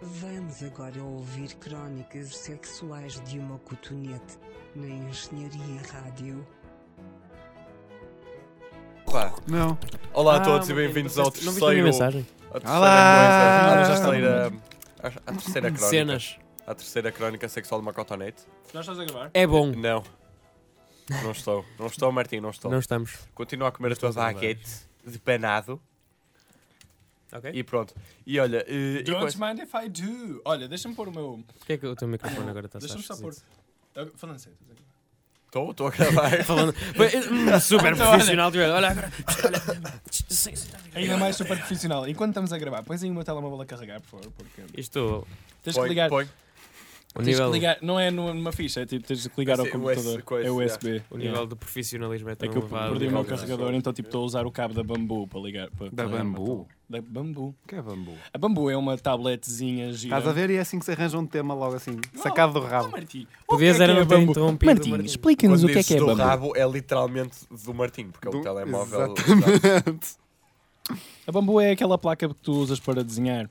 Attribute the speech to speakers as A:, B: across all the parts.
A: Vamos agora ouvir crônicas sexuais de uma cotonete, na Engenharia Rádio.
B: Pá.
C: Não.
B: Olá a
C: Ah,
B: todos e
C: não
B: bem-vindos
C: tenho-
B: ao
C: não vi
B: terceiro.
C: nenhuma
B: Ah,
C: mensagem.
B: à terceira coisa-
C: Olá!
B: à terceira- à- à terceira crónica.
C: Cenas.
B: À terceira crónica sexual de uma cotonete.
D: Já estás a gravar?
C: É bom.
B: Não. Não estou. Não estou, Martim, não estou.
C: Não estamos.
B: Continua a comer a tua
C: estou a
B: baguete de panado
D: É?
C: Ok.
B: e pronto. E olha. eh, e com
D: Don't
B: esse-
D: mind if I do. Olha, deixa-me pôr o meu.
C: Porquê é que o teu microfone agora está
D: Deixa-me só pôr. Ah, Falando sério. estás a gravar?
B: Estou, estou a gravar.
C: Falando. Hum, Super
D: Então,
C: profissional. Diogo. Olha agora.
D: Ainda mais super profissional. Enquanto estamos a gravar, pões aí o meu telemóvel a carregar, por favor, porque.
C: Isto.
D: Tens que
B: Põe,
D: ligar.
B: põe.
C: O
D: Tens
C: nível,
D: que ligar. Não é numa numa ficha, é tipo, tens de ligar ao
B: Sim, US-
D: computador.
B: coisa,
D: É
B: yeah.
D: USB.
C: o nível do profissionalismo é
D: É
C: tão
D: que eu
C: elevado.
D: perdi o meu
B: ligar.
D: carregador, então tipo estou a usar o cabo da bambu para ligar. Para,
E: Da
D: para ligar no meu
E: Bambu?
D: telemóvel. Da bambu.
E: Que é bambu.
D: A bambu é uma tabletezinha gira.
E: Estás a ver? E é assim que se arranja um tema logo assim,
D: Não,
E: sacado do
D: Oh,
E: rabo. um
D: Martim, o que é
C: Podias
D: que
C: era
D: é
C: não ter
D: bambu?
C: interrompido.
D: Martim,
C: Martim.
D: explica-nos
B: Quando
D: o que é
B: dizes
D: que é
B: do
D: bambu.
B: rabo é literalmente do Martim, porque é o
E: Do-
B: telemóvel.
E: Exatamente.
D: A bambu é aquela placa que tu usas para desenhar.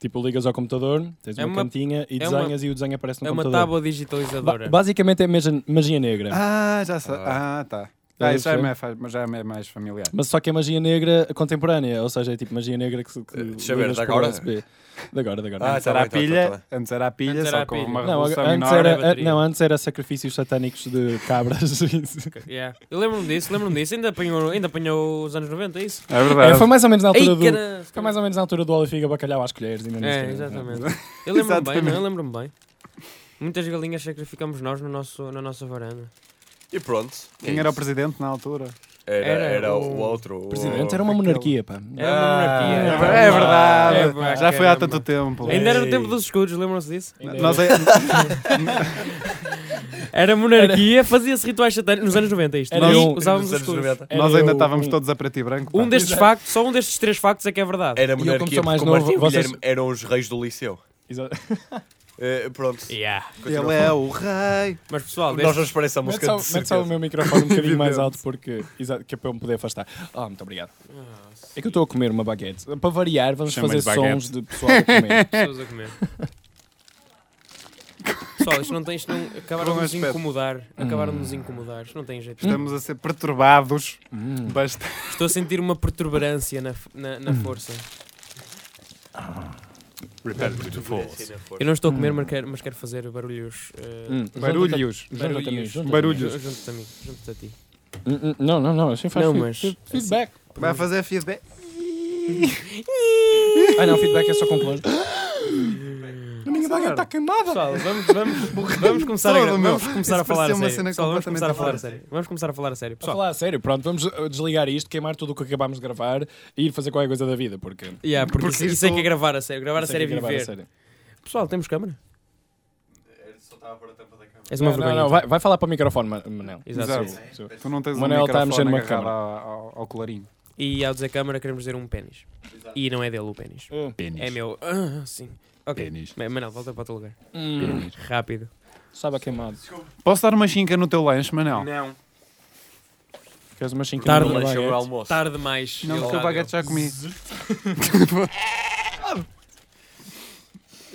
D: Tipo, ligas ao computador, tens
C: É
D: uma,
C: uma-
D: cantinha e
C: é uma-
D: desenhas e o desenho aparece no
C: É uma
D: computador.
C: tábua digitalizadora.
D: Ba- basicamente é magia, magia negra.
E: Ah, já sei. Ah, tá.
D: Ah,
E: Ah, isso já
D: sim.
E: me é, fa- mas já me é mais familiar.
D: Mas só que é magia negra contemporânea, ou seja, é tipo magia negra que se que
B: Eh, deixa eu
D: ligas
B: ver, de
D: por
B: agora?
D: USB. De agora, de agora.
B: Ah,
E: Antes era
B: tá
E: a
B: bem, tá bem,
E: pilha,
B: tá bem.
E: antes era a pilha,
C: Antes
E: só
C: era a
E: com
C: pilha.
E: uma
D: não,
E: revolução
D: a- antes
E: enorme.
C: era
D: era, a-
C: bateria.
D: não, antes era sacrifícios satânicos de cabras.
C: Yeah. Eu lembro-me disso, lembro-me disso. Ainda apanhou, ainda apanhou os anos 90, é isso?
E: É verdade.
D: É, foi mais ou menos na
C: Ei,
D: altura do.
C: que era-
D: Foi mais ou menos na altura do Olifiga Bacalhau às colheres. assim, Ainda não
C: É,
D: sei.
C: exatamente. Eu lembro-me bem, não? é?
E: Exatamente.
C: Eu lembro-me bem. Muitas galinhas sacrificamos nós no nosso, na nossa varanda.
B: E pronto. é
E: Quem era o
B: isso.
E: presidente na altura?
B: Era,
C: Era
B: era
C: o-
B: o outro. o-
D: O presidente era um uma
E: Aquele-
D: monarquia, pá.
C: Era uma
D: Ah,
B: É
C: monarquia.
E: É,
C: era uma-
E: verdade.
C: É, pá,
E: já foi há
C: caramba.
E: tanto tempo.
C: Ainda era no
B: Ei.
C: tempo dos escudos, lembram-se disso?
E: Nós é-
C: Era monarquia, fazia-se rituais satânicos nos anos 90 isto.
D: Era
C: Nós
D: um-
C: usávamos
B: Nos anos
C: os escudos.
B: 90.
D: Era
E: nós ainda
D: eu-
E: estávamos
D: um-
E: todos a preto e branco. pá.
C: Um destes
D: Exato.
C: factos, só um destes três factos é que é verdade.
B: Era
D: como sou
B: monarquia,
D: mais
B: porque o Martim e o
D: novo, vocês-
B: Guilherme eram os reis do liceu.
D: Exato.
B: Eh, pronto.
C: Yeah.
E: Ele é o rei.
C: Mas pessoal,
B: Nós
C: destes-
B: vamos para essa
D: Mete
B: música
D: só,
B: de
D: mete só o
B: certeza.
D: meu microfone um bocadinho mais
E: Evidente.
D: alto porque, exa- que é para eu me poder afastar. Ah, muito obrigado.
C: Ah,
D: É que eu estou a comer uma baguete. Para variar, vamos
E: Chama-lhe
D: fazer
E: baguete.
D: sons de pessoal a comer.
C: pessoas a comer. Pessoal, isto não tem. Isto não, acabaram de
E: Bom
C: nos
E: aspecto.
C: incomodar. Acabaram de nos incomodar. Isto não tem jeito.
E: Estamos a ser perturbados
D: Hum.
E: bastante.
C: Estou a sentir uma perturbarância na, f- na, na força. Eu não estou a comer, mas quero, mas quero fazer barulhos. eh,
D: Hum.
E: Barulhos.
D: Junta-te a mim,
C: Barulhos.
D: junta-te a mim.
E: Barulhos.
C: ju- Junto-te a mim. Junto-te a ti.
D: Hum, hum, Não, não, não. Assim faz
C: Não,
D: feed-
C: mas- é
D: feed- feedback.
E: Vai fazer feedback.
D: Ah, não, feedback é só com plano. A minha baguete está queimada.
C: Pessoal, vamos, vamos, vamos começar a,
E: Todo, meu.
C: vamos começar a falar
E: Isso
C: a
E: parecia uma
C: sério.
E: cena
C: Pessoal, vamos começar a
E: completamente
C: falar a
E: à
C: sério. Vamos começar a falar a sério.
D: Vou
C: Pessoal,
D: falar a sério, pronto, vamos uh, desligar isto, queimar tudo o que acabámos de gravar e ir fazer qualquer coisa da vida, porque.
C: yeah, porque,
E: Porque
C: isso, isso é
E: isto-
C: que é gravar a sério. Gravar a
D: Isso é
C: sério
D: que
C: é
D: gravar a
C: viver.
D: sério.
C: Pessoal, temos câmara? És uma
D: Não, não,
C: vergonha. então. É.
D: não, vai, vai falar para o microfone, Ma- Manel.
C: Exato.
E: Exato.
D: Sim.
E: Tu não tens um
D: Manel está a mexer
E: microfone
D: numa
E: agarrado
D: câmara.
E: ao, ao- ao colarinho.
C: E ao dizer câmara queremos dizer um pênis. E não é dele o pênis.
D: Hum.
C: É meu. Ah, sim. Ok. Ma- Manel, volta para o teu lugar.
D: Hum.
C: Rápido.
D: Sabe a queimado.
E: Posso dar uma chinca no teu lanche, Manel?
C: Não.
D: Queres uma chinca
C: Tarde.
D: numa
B: Lanche é o
D: baguete?
B: almoço.
C: Tarde demais.
E: Não,
C: Ele
E: porque o
C: já
E: baguete já comi.
C: deu.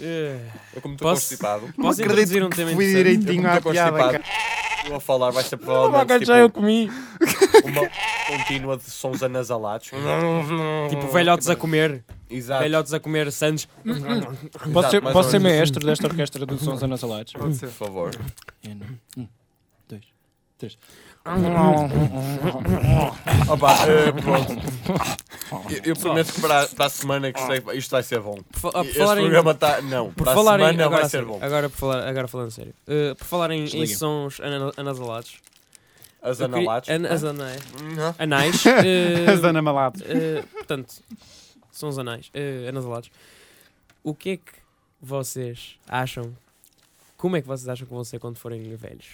C: Eh,
B: Eu como estou
C: Posso-
B: constipado,
E: Não
C: Posso introduzir um tema
E: fui
C: interessante?
E: direitinho à
B: estou
E: piada.
B: constipado.
E: cara.
B: Eu a falar vai ser
D: O
B: provavelmente
D: abacate já eu
B: tipo,
D: comi.
B: uma contínua de sons anasalados.
C: Tipo velhotes a comer.
B: Exato.
C: Velhotes a comer Santos.
D: Posso ser,
B: mais
D: posso
B: ou
D: ser
B: menos.
D: maestro desta orquestra de sons anassalados?
E: Pode ser.
B: Por favor.
D: Um,
B: Opa, eh, pronto. Eu, eu prometo que para, para a semana que isto, vai- isto vai ser bom.
C: Por fa- ah, por
B: Este
C: falar em-
B: programa está. Não,
C: Por
B: para a
C: falar em,
B: semana
C: agora,
B: vai
C: a
B: ser
C: sério,
B: bom.
C: agora, por falar, agora falando sério, Uh, por falar em, em
D: Desliguem.
C: sons ana- anasalados,
B: As
C: eu queria-
B: analates.
C: an- as anais,
B: Não.
C: anais uh,
E: As Dana Malato.
C: uh, portanto, sons anais, uh, anasalados. O que é que vocês acham? Como é que vocês acham que vão ser quando forem velhos?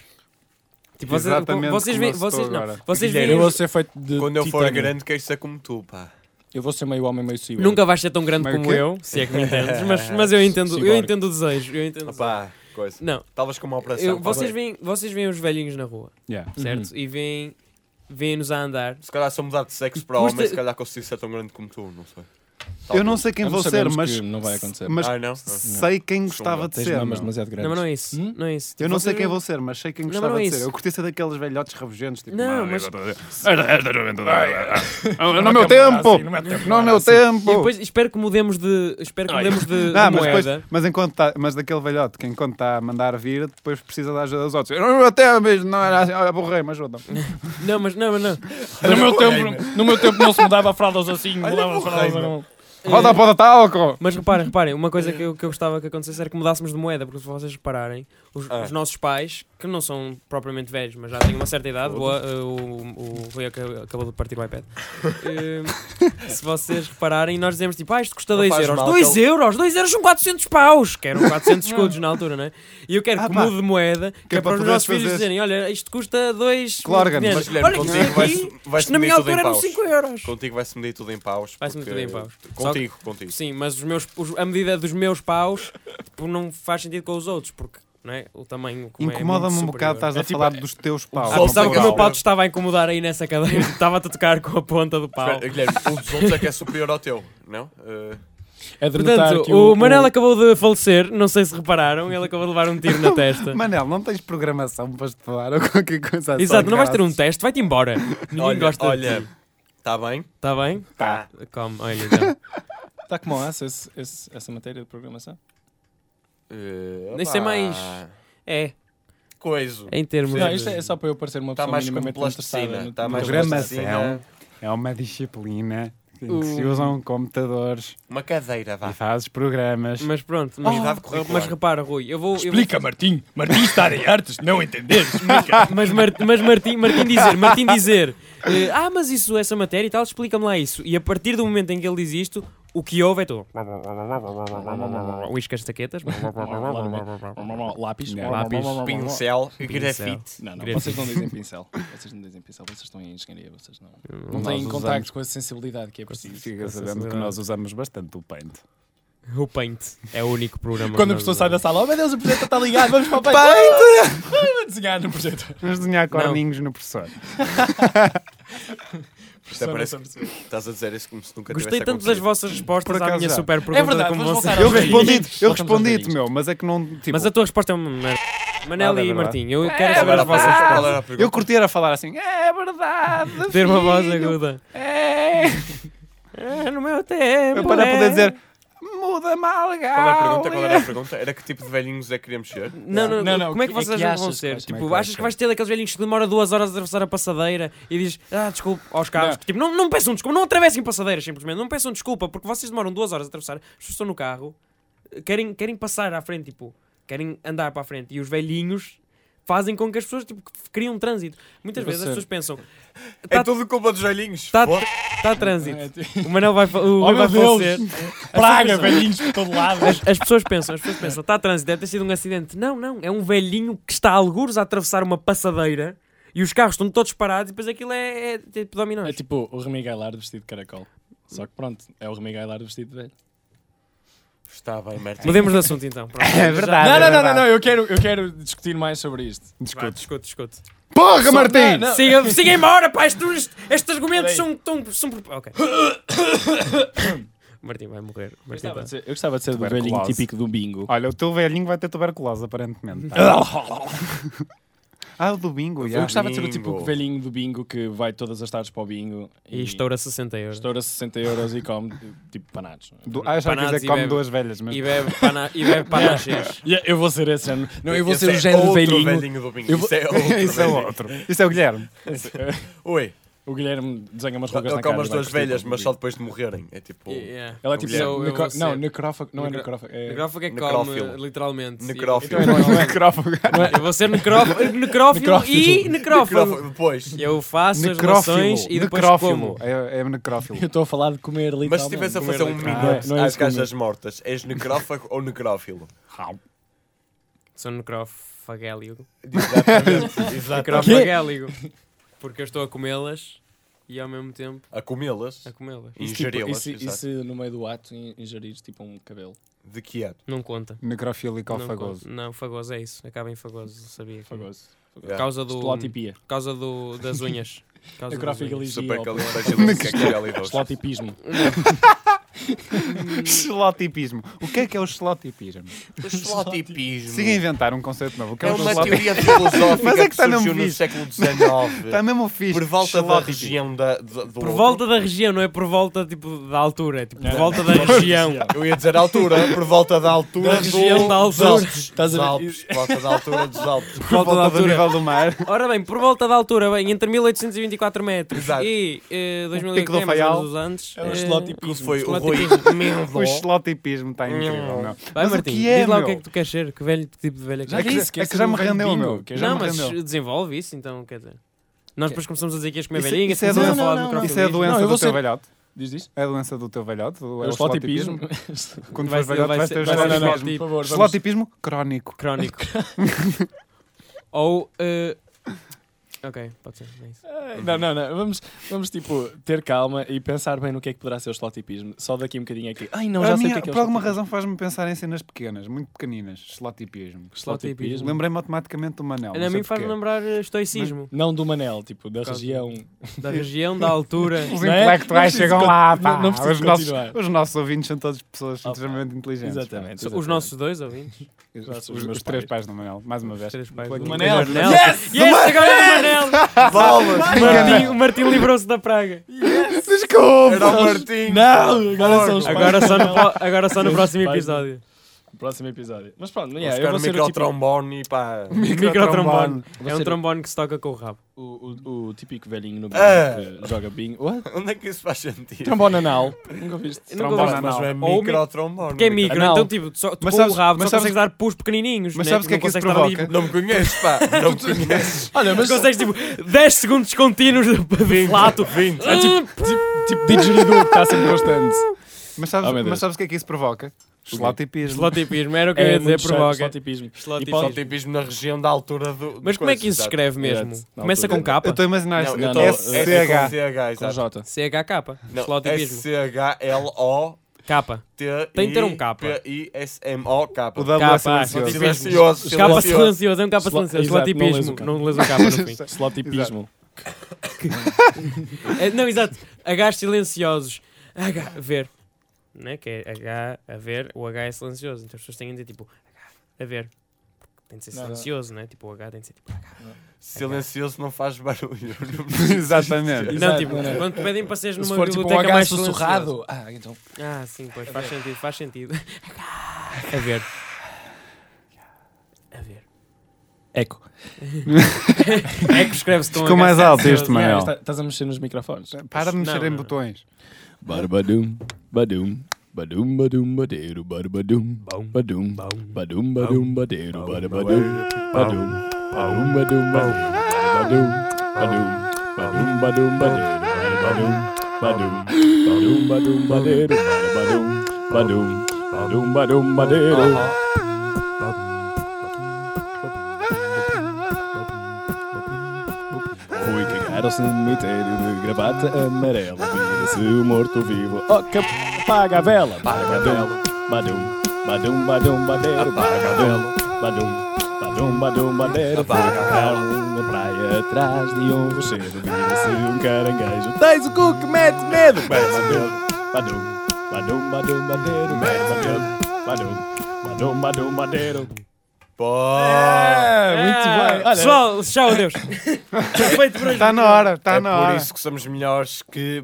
C: Tipo, vocês,
E: Exatamente
C: vocês,
E: como
C: veem-
E: eu estou
C: vocês, não,
E: agora.
C: vocês
B: Guilherme,
C: veem-
D: Eu vou ser feito de
B: Quando eu for
D: titânio.
B: grande, quero ser como tu, pá.
D: Eu vou ser meio homem, meio civil.
C: nunca vais ser tão grande
E: Meio
C: como
E: quê?
C: eu, se é que me entendes, mas, mas eu entendo, eu
D: Cyborg.
C: entendo o desejo, eu entendo. o desejo.
B: Opa, coisa.
C: Não,
B: Estavas com uma operação.
C: eu,
B: pá.
C: vocês veem, vocês veem os velhinhos na rua.
E: Yeah.
D: Uhum.
C: certo? E vêm, vêm-nos a andar.
B: Se calhar se eu mudar de sexo para
C: Custa-
B: homem, se calhar consigo ser tão grande como tu, não sei.
E: Eu não sei quem
D: Ambos
E: vou ser,
D: sabemos
E: mas.
D: que não vai acontecer.
E: Mas
B: Ah, não?
E: sei quem gostava de
D: Tens
E: ser.
D: mamas
E: meu.
D: demasiado grandes.
C: Não, mas não é isso.
D: Hum?
C: Não é isso.
E: Eu não sei quem
C: você.
E: vou ser, mas sei quem
C: Não, mas
E: gostava
C: não é
E: de ser.
C: isso.
E: Eu curti ser daqueles velhotes rabugentos. Tipo,
C: Não,
E: "Mano,
C: mas-
E: eu tô- Não, Ah, No meu
D: assim,
E: tempo!
D: é
E: Não no meu
C: assim. E
E: tempo!
C: depois é, né? espero que mudemos de. Espero que mudemos de,
E: Ah,
C: de
E: mas, depois-
C: moeda.
E: mas, enquanto tá- mas daquele velhote que enquanto está a mandar vir, depois precisa da ajuda dos outros. Eu não até mesmo, não era assim, olha, borrei, mas ajudam.
C: Não, mas não, mas não.
D: No meu, tempo, no meu tempo não se mudava fraldas assim, mudava fraldas.
E: porra,
D: não.
C: É.
E: Roda para o talco!
C: Mas reparem, reparem, uma coisa que eu, que eu gostava que acontecesse era que mudássemos de moeda, porque se vocês repararem, os,
B: Ah.
C: os nossos pais, que não são propriamente velhos, mas já têm uma certa idade, boa, eh, o, o Rui aca- acabou de partir o iPad. Eh, se vocês repararem, nós dizemos tipo, ah, isto custa
B: Não
C: 2
B: faz
C: euros.
B: mal,
C: 2
B: que
C: euros? 2 euros são 400 paus! Que eram 400 escudos na altura, não é? E eu quero
E: Ah,
C: que
E: pá.
C: mude de moeda, que,
E: Que
C: é
E: é para
C: para os
E: poderes
C: nossos filhos
E: fazer-
C: dizerem, olha, isto custa 2
E: Claro, Gano,
B: Mas Guilherme,
C: Olha, isto
B: contigo vai-se
C: aqui,
B: vai
C: isto na minha altura eram
B: paus.
C: 5 euros.
B: Contigo vai-se medir tudo em paus.
C: Vai-se medir
B: porque-
C: tudo em paus.
B: Contigo, contigo.
C: Sim, mas os meus, os- a medida dos meus paus tipo, não faz sentido com os outros, porque não é? o tamanho. como é, é
E: Incomoda-me
C: muito
E: um
C: superior.
E: bocado, estás a
D: É tipo-
E: falar dos teus paus.
C: Ah, pensava que o
B: Portugal.
C: meu pau te estava a incomodar aí nessa cadeira, estava-te a tocar com a ponta do pau.
B: Espera, Guilherme, um dos outros é que é superior ao teu, não? Eh,
D: É de notar
C: Portanto,
D: que
C: o, Manel acabou de falecer, não sei se repararam, ele acabou de levar um tiro na testa.
E: Manel, não tens programação para estudar ou qualquer coisa assim.
C: Exato, não vais ter um teste, vai-te embora. Ninguém
B: olha,
C: gosta
B: olha,
C: de ti.
B: está bem?
C: Está bem?
B: Tá.
C: Come, olha então.
D: Está Tá como assa esse, esse, essa matéria de programação?
B: Eh,
C: Isso é
B: opá.
C: mais- É,
B: Coiso.
C: em termos.
D: Não,
C: de-
D: isto é, é só para eu parecer uma
B: Está
D: pessoa
B: Tá mais como
D: minimamente
B: plasticina.
D: interessada.
B: Está mais como
E: programação.
B: plasticina.
E: É uma disciplina em que se
C: O-
E: usam computadores
B: Uma cadeira, vá.
E: e fazes programas.
C: Mas pronto, mas,
B: Unidade
C: mas
B: curricular.
C: repara, Rui, eu vou. eu vou-
D: Martim. Martim está em artes, não entender.
C: Mas, Mar- mas Martim, Martim dizer, Martim dizer, eh, ah, mas isso, essa matéria e tal, explica-me lá isso. E a partir do momento em que ele diz isto, o que houve é Um tu. Uíscas taquetas,
D: Lápis.
C: Lápis.
B: Pincel, grafite.
D: Não, não,
C: Grafite.
D: vocês não dizem pincel. Vocês não dizem pincel, vocês estão em engenharia, vocês não, não
E: Nós
D: têm
E: usamos-
D: contacto com a sensibilidade que é preciso.
E: Fica sabendo que nós usamos bastante o Paint.
C: o Paint é o único programa.
D: Quando a
C: que
D: pessoa
C: nós
D: sai da sala, oh meu Deus, o projeto está ligado, vamos para o pai.
E: Paint!
D: Vamos desenhar no projeto.
E: Vamos desenhar
C: Não.
E: corninhos no professor.
B: Isto é parece que estás a dizer isso como se nunca
C: usamos. Gostei
B: tivesse
C: tanto das
B: acontecido.
C: vossas respostas
E: Por
C: à
E: acaso
C: minha
E: já. É
C: super pergunta.
D: verdade,
C: como
D: vamos
C: você-
D: voltar
E: Eu
D: aos
E: respondi-te, eu
D: Voltamos aos
E: respondi-te,
D: velhinhos.
E: meu, mas é que não. Tipo,
C: Mas a tua resposta é uma merda. Manel
E: Nada,
C: e
E: é verdade.
C: Martim, eu quero saber
D: É
B: Agora,
C: as vossas
B: qual
C: respostas.
B: era a pergunta?
E: eu curti era falar assim, é verdade.
C: Ter uma voz
E: filho,
C: aguda.
E: É.
C: É no meu tempo.
E: Eu para
C: é.
E: poder dizer, muda-me
B: Qual era a
E: algo.
B: pergunta? Qual era a pergunta? Era que tipo de velhinhos é que queríamos ser?
C: Não, não,
D: Não, não,
C: Como é que
D: o que é
C: vocês
D: que
C: vão
D: achas que
C: ser?
D: vais-
C: Tipo,
E: como é que
C: achas que vais ter daqueles velhinhos que demora duas horas a atravessar a passadeira e diz, ah, desculpa, aos carros.
D: Não.
C: Tipo, não, não peçam desculpa, não atravessem passadeiras simplesmente, não peçam desculpa, porque vocês demoram duas horas a atravessar, as pessoas estão no carro, querem, querem passar à frente, tipo, querem andar para a frente. E os velhinhos fazem com que as pessoas, tipo, criem um trânsito. Muitas
D: Eu vou
C: vezes as
D: ser.
C: pessoas pensam,
B: É
C: tá-
B: tudo culpa dos velhinhos.
C: está
B: Pô,
C: tá
D: É,
C: trânsito. O Manel vai, fa- o
D: Oh,
C: Rui
D: meu
C: vai
D: Deus.
C: falecer.
D: Praga, velhinhos por todo lado.
C: As, as pessoas pensam, as pessoas pensam, está a trânsito, deve ter sido um acidente. Não, não, é um velhinho que está a algures a atravessar uma passadeira e os carros estão todos parados e depois aquilo é, é tipo dominó.
D: É tipo o Remy Gailar vestido de caracol. Só que pronto, é o Remy Gailar vestido de velho.
B: Está bem, Martim.
C: Mudemos de assunto então. Pronto.
E: É verdade.
D: Ah, não, não,
E: é
D: não, não,
E: verdade.
D: não, eu quero, eu quero discutir mais sobre isto.
C: Discute, discute, discute.
E: Porra, Martim!
D: Não, não.
C: Siga- Siga embora, pá, isto- isto- estes argumentos
D: Peraí.
C: são tão. São, pro- ok. Martim vai morrer.
D: Eu
C: Martim
D: gostava
C: tá. vai.
D: de ser, eu gostava de ser do
E: Tuberculose.
D: velhinho típico do bingo.
E: Olha, o teu velhinho vai ter tuberculose, aparentemente. tá? ah, o do bingo,
D: Eu
E: já.
D: gostava de ser o
B: Bingo.
D: tipo de velhinho do bingo que vai todas as tardes para o bingo
C: E estoura 60 euros.
D: estoura 60 euros e come tipo panados.
E: Do- Ah, já quer dizer
C: Panados e
E: que come
C: bebe.
E: duas velhas, mas.
C: E bebe pana- e bebe para nascer.
D: Yeah, eu vou ser esse género. Não, eu vou
B: Esse
D: ser um
B: é
D: o género
B: outro
D: velhinho.
B: do bingo.
D: Eu vou-
B: Isso é outro.
E: Isso é
B: velhinho.
E: outro. Isso é o Guilherme.
B: Oi,
D: O Guilherme desenha umas rugas
B: ele
D: na cara.
B: come as
D: e vai
B: duas
D: curtir
B: velhas,
D: com o
B: mas só
D: bingo.
B: depois de morrerem. É tipo.
C: Yeah.
D: Ela é tipo
B: Eu-
C: eu vou
D: necro... Não,
C: ser-
D: necrófago. Não é
C: Necro-
D: necrófago. É...
C: Necrófago é que
B: Necrófilo.
C: come, literalmente.
B: Necrófilo.
C: Então é
D: Não é
E: Necrófago.
C: Eu vou ser necrófilo, necrófilo, e necrófago.
B: Depois.
C: Eu faço as relações e depois
E: Necrófilo.
C: como.
E: É, é necrófilo.
D: Eu estou a falar de comer literalmente.
B: Mas se estivesse a
C: comer
B: fazer um
C: leite.
D: Ah,
B: minuto
D: não é
B: às
D: isso que eu
B: gajas mortas, és necrófago ou necrófilo?
C: Sou necrófagéligo.
B: Exatamente. Exatamente.
C: Necrófagéligo. Porque eu estou a comê-las e ao mesmo tempo
B: A comê-las,
C: a comê-las.
D: E se, tipo, e,
B: ingeri-las.
D: se, e
B: exato.
D: se no meio do ato in- ingerires tipo um cabelo?
B: De que é?
C: Não conta.
E: Necrofílico
C: Não
E: fagoso.
C: conta. Não, fagoso é isso. Acaba em fagoso, é. sabia. que-
D: Fagoso.
C: Por causa do. Por
D: Estelotipia.
C: causa do, das
D: um
C: unhas. Por causa das unhas.
D: Necrofagaligia.
B: Super califragilístico.
D: Estelotipismo.
E: Xelotipismo. O que é que é o xelotipismo?
B: O xelotipismo.
E: Siga a inventar um conceito novo. O que é,
B: Hum. É
E: o
B: uma
E: xelotipismo?
B: teoria filosófica
E: Mas é que
B: que
E: está mesmo
B: surgiu no
E: visto.
B: século
E: Está
B: XIX.
E: mesmo fixe.
B: Por volta da
E: xelotipismo.
B: região da, da- do
C: Por
B: outro.
C: volta da região, não é por volta tipo, da altura, é tipo por
D: Não.
C: volta da região.
B: Eu ia dizer altura, por volta da altura
C: Da região
B: do-
C: da
B: dos
C: altura.
B: Alpes.
D: Estás
B: Dos
D: a ver?
B: Alpes. Por volta da altura dos Alpes.
E: Por volta da altura. do nível do mar.
C: Ora bem, por volta da altura, bem, entre 1824 metros
B: Exato.
C: e eh,
E: Pico do
C: 2008, mais ou
E: Faial.
C: menos os anos.
D: É o
E: um
C: eh,
B: Que
E: tipo
D: estelotipismo.
B: foi o Rui
C: Xelotipismo.
E: O
B: Mendel.
E: xelotipismo está incrível, meu.
C: Vai,
E: Mas o
C: Martim,
E: que é,
C: diz lá o
E: meu?
C: que é que tu queres ser, que velho, que tipo de velho é que
D: Já
E: É que-
D: disse,
E: é que já me rendeu,
D: bingo,
E: meu.
D: que
E: Já
C: Não,
E: me
C: mas
E: rendeu.
C: desenvolve isso, então, quer dizer. Nós depois começamos a dizer que ias comer
E: Isso-
C: velhinha,
E: isso é
C: começamos
D: doença.
C: a falar
D: Não,
C: de
D: não, não.
E: Isso é a
C: microfibrina.
E: doença
D: eu
E: do
D: vou
E: teu
D: ser-
E: velhote?
D: Diz isto?
E: É a doença do teu velhote? O
D: É o estelotipismo.
E: Quando
C: Vai
E: fores
C: ser-
E: velhote
C: vai
E: vais
C: ser-
E: ter
C: vai
D: Não, não, não.
E: xelotipismo.
D: Por favor, vamos...
E: Xelotipismo crónico.
C: Crónico. Ou. eh, Ok, pode ser. é isso.
D: Ai, Não, não, não. Vamos, vamos, tipo, ter calma e pensar bem no que é que poderá ser o estelotipismo. Só daqui um bocadinho aqui. Ai, não,
E: A
D: já sei o
E: minha-
D: que é que é o
E: por alguma
D: estelotipismo.
E: razão faz-me pensar em cenas pequenas, muito pequeninas. Xelotipismo.
C: Estelotipismo.
E: Lembrei-me automaticamente do Manel.
C: Olha, a mim faz-me lembrar eh, estoicismo.
D: Não do Manel, tipo, da
C: Caso.
D: região.
C: Da região, da altura.
E: Os
D: Não é? Não
E: intelectuais
D: preciso
E: chegam
D: con-
E: lá,
D: não-
E: pá.
D: não preciso
E: os, nossos,
D: continuar.
E: os nossos ouvintes são todas pessoas
D: pá.
E: extremamente inteligentes. pá.
D: Exatamente.
C: Os
E: é.
C: nossos dois ouvintes.
E: Os,
D: Os
E: os-
D: meus
E: os três
D: pais.
E: pais do Manel, mais uma vez.
C: Os três pais.
E: Foi
C: do-
E: aqui.
D: Manel.
C: Manel. Yes! Agora é o Manel!
B: Bolas!
C: Martim, o Martim livrou-se da praga.
B: Era o Martim.
D: Não, agora são os pais.
C: Agora só no, pro- agora só no
D: Os
C: próximo
D: pais.
C: episódio.
D: Próximo episódio. Mas pronto,
B: Vamos
D: yeah, eu
B: ficar
D: vou
B: no
D: ser o tipo- típico,
B: microtrombone e pá...
C: Microtrombone.
D: vou
C: É um
D: ser
C: trombone que se toca com o rabo.
D: o, o- o típico velhinho no bingo
B: Ah.
D: que joga bingo. What?
B: Onde é que isso faz sentido?
E: Então,
D: Trombone anal. Nunca viste.
C: Eu nunca
E: Trombone
C: gosto.
E: anal.
B: Mas não é
C: Ou mi-
B: microtrombone.
C: Porque é micro,
D: Anal.
C: então tipo, só, tu
E: Ah, Mas
C: com
E: sabes-
C: o rabo só
E: mas sabes-
C: consegues dar pus pequenininhos.
E: Mas
C: né?
E: sabes o que é
C: Não
E: que isso
C: consegues dar ali-
E: provoca?
B: Não me conheces, pá. Não me conheces.
D: Olha, mas
C: Mas consegues tipo 10 segundos contínuos de de flato.
B: Ah,
D: é tipo, tipo, tipo didgeridoo que está sempre constante.
E: Mas sabes,
D: Oh, meu Deus.
E: mas sabes o que é que isso provoca? Xelotipismo.
C: Slotipismo, era o
E: É
C: que eu ia
D: É muito
C: dizer,
D: chato,
C: É, provoca.
D: estelotipismo.
C: Estelotipismo.
B: tipo, Só tipismo na região da altura do... do
C: Mas como é
B: coisa,
C: que isso se
B: exato.
C: escreve mesmo?
D: Exato, na
C: Começa
D: altura.
C: com K?
E: Eu estou a imaginar
B: Não,
E: isto.
D: eu
B: eu
D: tô-
B: tô-
D: é
B: é com
E: SCH.
B: CH,
D: Com
B: exato.
D: J.
C: CHK.
B: Não,
E: é
C: Slotipismo.
B: S-C-H-L-O-T-I-P-I-S-M-O-K.
C: K. Tem de ter um K.
E: O W
C: K,
E: é
C: estelotipismo.
E: silencioso.
B: Silencioso.
C: Capa
B: silencioso.
C: silencioso, é um capa
D: Slo-
C: silencioso.
D: exato, não lês o K.
C: Slotipismo. Não lês o K no fim.
D: Slotipismo.
C: É, Não, exato. H silenciosos. H, a ver. Né? Que é H, a ver. O H é silencioso. Então as pessoas têm de dizer tipo H, a ver. Tem de ser
D: Não, não.
C: silencioso, né? Tipo o H tem de ser tipo.
B: Silencioso não faz barulho.
E: Exatamente.
C: Não,
D: Exato,
C: tipo,
D: não, não.
C: quando te pedem para seres
D: Se
C: numa
D: for tipo um
C: biblioteca
D: H
C: mais silenciosa.
D: sussurrado. Ah, então.
C: Ah, sim, pois, faz sentido, faz sentido. A ver. A ver.
D: Eco.
C: É que escreve-se com
E: Ficou
C: H
E: mais alto
C: silencioso.
E: este, Manel.
D: Estás a mexer nos microfones.
E: Para de
C: Não,
E: mexer em
C: não.
E: botões.
F: Barbadum, badum, badum, badum, badeiro, barbadum, badum, badum, badum, badeiro, barbadum, badum, badum, badum, badum, badum, badum, badum, badeiro, barbadum, badum, badum, badum, badeiro, barbadum, badum, badum, badum, badeiro. Fui cagar ao cemitério de gravata amarela. Vira-se o morto-vivo. Oh, que apaga a vela. Apaga a vela. Badum, badum, badum, badeiro. Apaga a vela. Badum, badum, badum, badeiro. Fui cagar uma praia atrás de um rochedo. Vira-se um caranguejo. Tens o cu que mete medo. Mete a vela. Badum, badum, badum, badeiro. Mete a vela. Badum, badum, badum, badeiro.
B: Pá.
D: É muito
C: Ah,
D: bem. Olha-
C: Pessoal, tchau, adeus. Perfeito por hoje.
E: Está Tá na hora, está
B: É
E: na hora.
B: por isso que somos melhores que...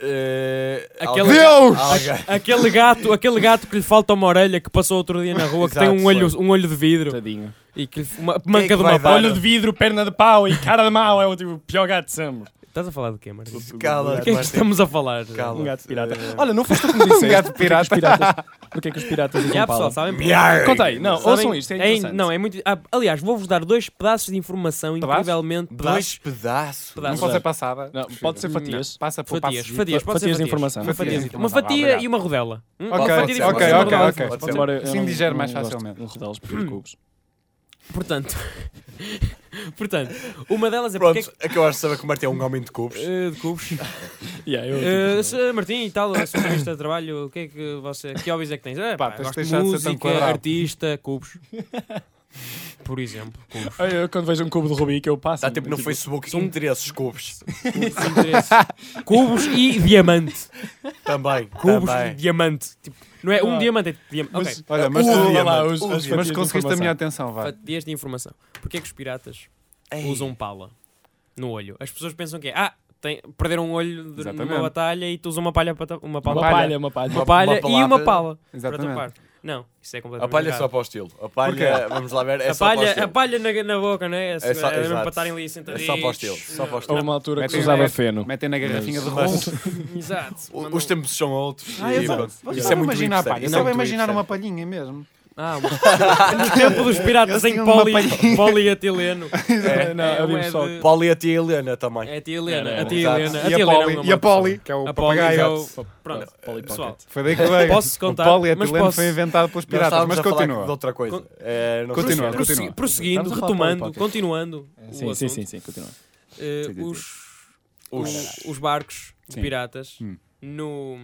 B: eh,
C: Aquele-
B: alguém-
E: Deus!
B: alguém-
C: Aquele gato, aquele gato que lhe falta uma orelha que passou outro dia na rua, que tem
B: Exato,
C: um olho,
B: foi.
C: um olho de vidro
D: Tadinho.
C: e que lhe uma, manca
B: é que
C: de
B: vai
C: uma
B: dar?
C: palha.
D: Olho de vidro, perna de pau e cara de mau é o tipo pior gato de sempre.
C: Estás a falar de quê, Martim? De
B: Cala-te,
C: que é que
B: Martim.
C: estamos a falar?
B: Cala-te.
D: Um gato pirata.
B: Eh,
D: Olha, não foste tu que me disseste.
E: Um gato
D: porque é que os
E: pirata.
D: piratas- Porque é que os piratas
C: Já,
D: iam
C: pessoal,
D: pala?
C: sabem?
B: Miau.
D: Conta aí. Não,
C: Sabem-
D: ouçam isto. É interessante.
C: Não, é muito... ah, aliás, vou-vos dar dois pedaços de informação
E: Pedaços?
C: incrivelmente...
B: Dois
C: Pedaços?
B: pedaços.
E: Não
C: pedaços.
E: pode ser passada.
D: Hum, Não, pode ser fatias.
E: Passa por
C: Fatias,
E: passos.
C: fatias, pode ser
D: Fatias
C: fatias.
D: de informação.
C: Uma fatia,
E: Fatias de
C: uma
E: informação,
C: fatia
E: obrigado.
C: e uma rodela. Hum?
E: Ok,
C: Uma fatia de
B: Ah, ok,
C: informação
B: ok,
C: e uma rodela.
E: ok.
B: Pode ser.
D: Embora eu
E: Assim
D: não-
E: digere
D: não
E: mais
D: gosto
E: facilmente.
D: de rodelos por cubos.
C: Portanto... Portanto, uma delas é porque... é
B: Pronto, acabaste de saber que o Martim é um homem de cubos.
C: que- eh, de cubos.
D: Yeah, eu- tipo,
C: Eh, se- Martim e tal, a sua entrevista de trabalho, o que é que você. Que hobbies é que tens? Ah,
E: Pá,
C: pá,
E: tens de
C: gosto de
E: deixar de ser tão
C: música,
E: quadrado.
C: artista, cubos. Por exemplo, cubos.
D: Ai, eu quando vejo um cubo de Rubik eu passo.
B: Dá
D: Tipo,
B: tempo tipo no Facebook. Interesses, cubos.
C: Cubos, interesses. cubos e diamante.
B: Também.
C: Cubos de
B: também.
C: diamante. Tipo, não é um
D: Ah.
C: diamante, é tipo diamante.
D: Mas-
C: Ok.
E: Olha, mas,
B: o
E: tu-
B: diamante,
D: lá, os-
B: o
D: as
B: diamante.
D: fatias
E: mas
D: de
E: conseguiste a
D: informação.
E: minha atenção, vá.
C: Fatias de informação. Porquê é que os piratas
B: Ei.
C: usam pala no olho? As pessoas pensam que é, ah, tem, perderam um olho de- numa
E: Exatamente.
C: batalha e tu usas uma palha para ta- uma
D: Uma
C: pala.
D: palha, uma palha.
C: Uma palha
B: Uma
C: e uma
B: palavra.
C: pala para
E: Exatamente.
C: tapar. Não, isso é completamente
B: A palha é só
C: errado.
B: para o estilo. A palha, vamos lá ver, é
C: a
B: só para o
C: palha, a
B: estilo.
C: palha na, na boca, não é? É,
B: só-
C: é mesmo
B: exato.
C: para estarem ali
B: É
C: sentadinhos.
B: só para o estilo. Só para o
D: Houve
B: estilo.
D: uma altura que se
E: Metem-
D: usava
E: metem-
D: feno.
E: Metem na garrafinha de
D: Mas-
E: rum.
C: Exato.
B: O-
C: Mandam-
B: Os tempos são outros.
E: Ah,
B: e
E: exato.
B: pronto.
E: Vocês
B: Isso é
E: sabem
B: muito
E: imaginar a palha.
B: hipster.
E: Estava a
B: Isso é muito
E: imaginar
B: hipster.
E: uma palhinha mesmo.
C: Ah, uma- no tempo dos piratas
E: Eles
C: em
E: tinham
C: poli,
E: uma palhinha.
C: polietileno.
B: É.
D: Não,
C: é,
D: eu vi
C: é
D: só-
C: de-
B: Paulo e a tia Helena também.
C: É a tia Helena,
D: Era,
C: a tia
B: exato.
C: Helena.
E: E a
C: tia
E: Polly,
C: Helena é
E: e a
C: uma
E: Polly, que é o
C: A Polly é
E: papagaio.
C: o... Pronto, pessoal.
E: Foi daí que veio.
C: Posso contar,
E: O polietileno
C: mas posso-
E: foi inventado pelos
B: Nós
E: piratas,
B: estávamos
E: mas
B: a falar
E: continua.
B: de outra coisa. É, não sei se-
E: Continua, continua.
C: Prossegui- Prosseguindo,
D: Estamos a falar de Polly
C: retomando,
D: Pocket.
C: continuando
B: É,
C: o
D: Sim, sim,
C: assunto,
D: sim, sim, continua.
C: eh,
E: Sim, sim,
C: os,
B: Os-
C: o- os barcos de
D: Sim.
C: piratas
E: Hum.
C: no...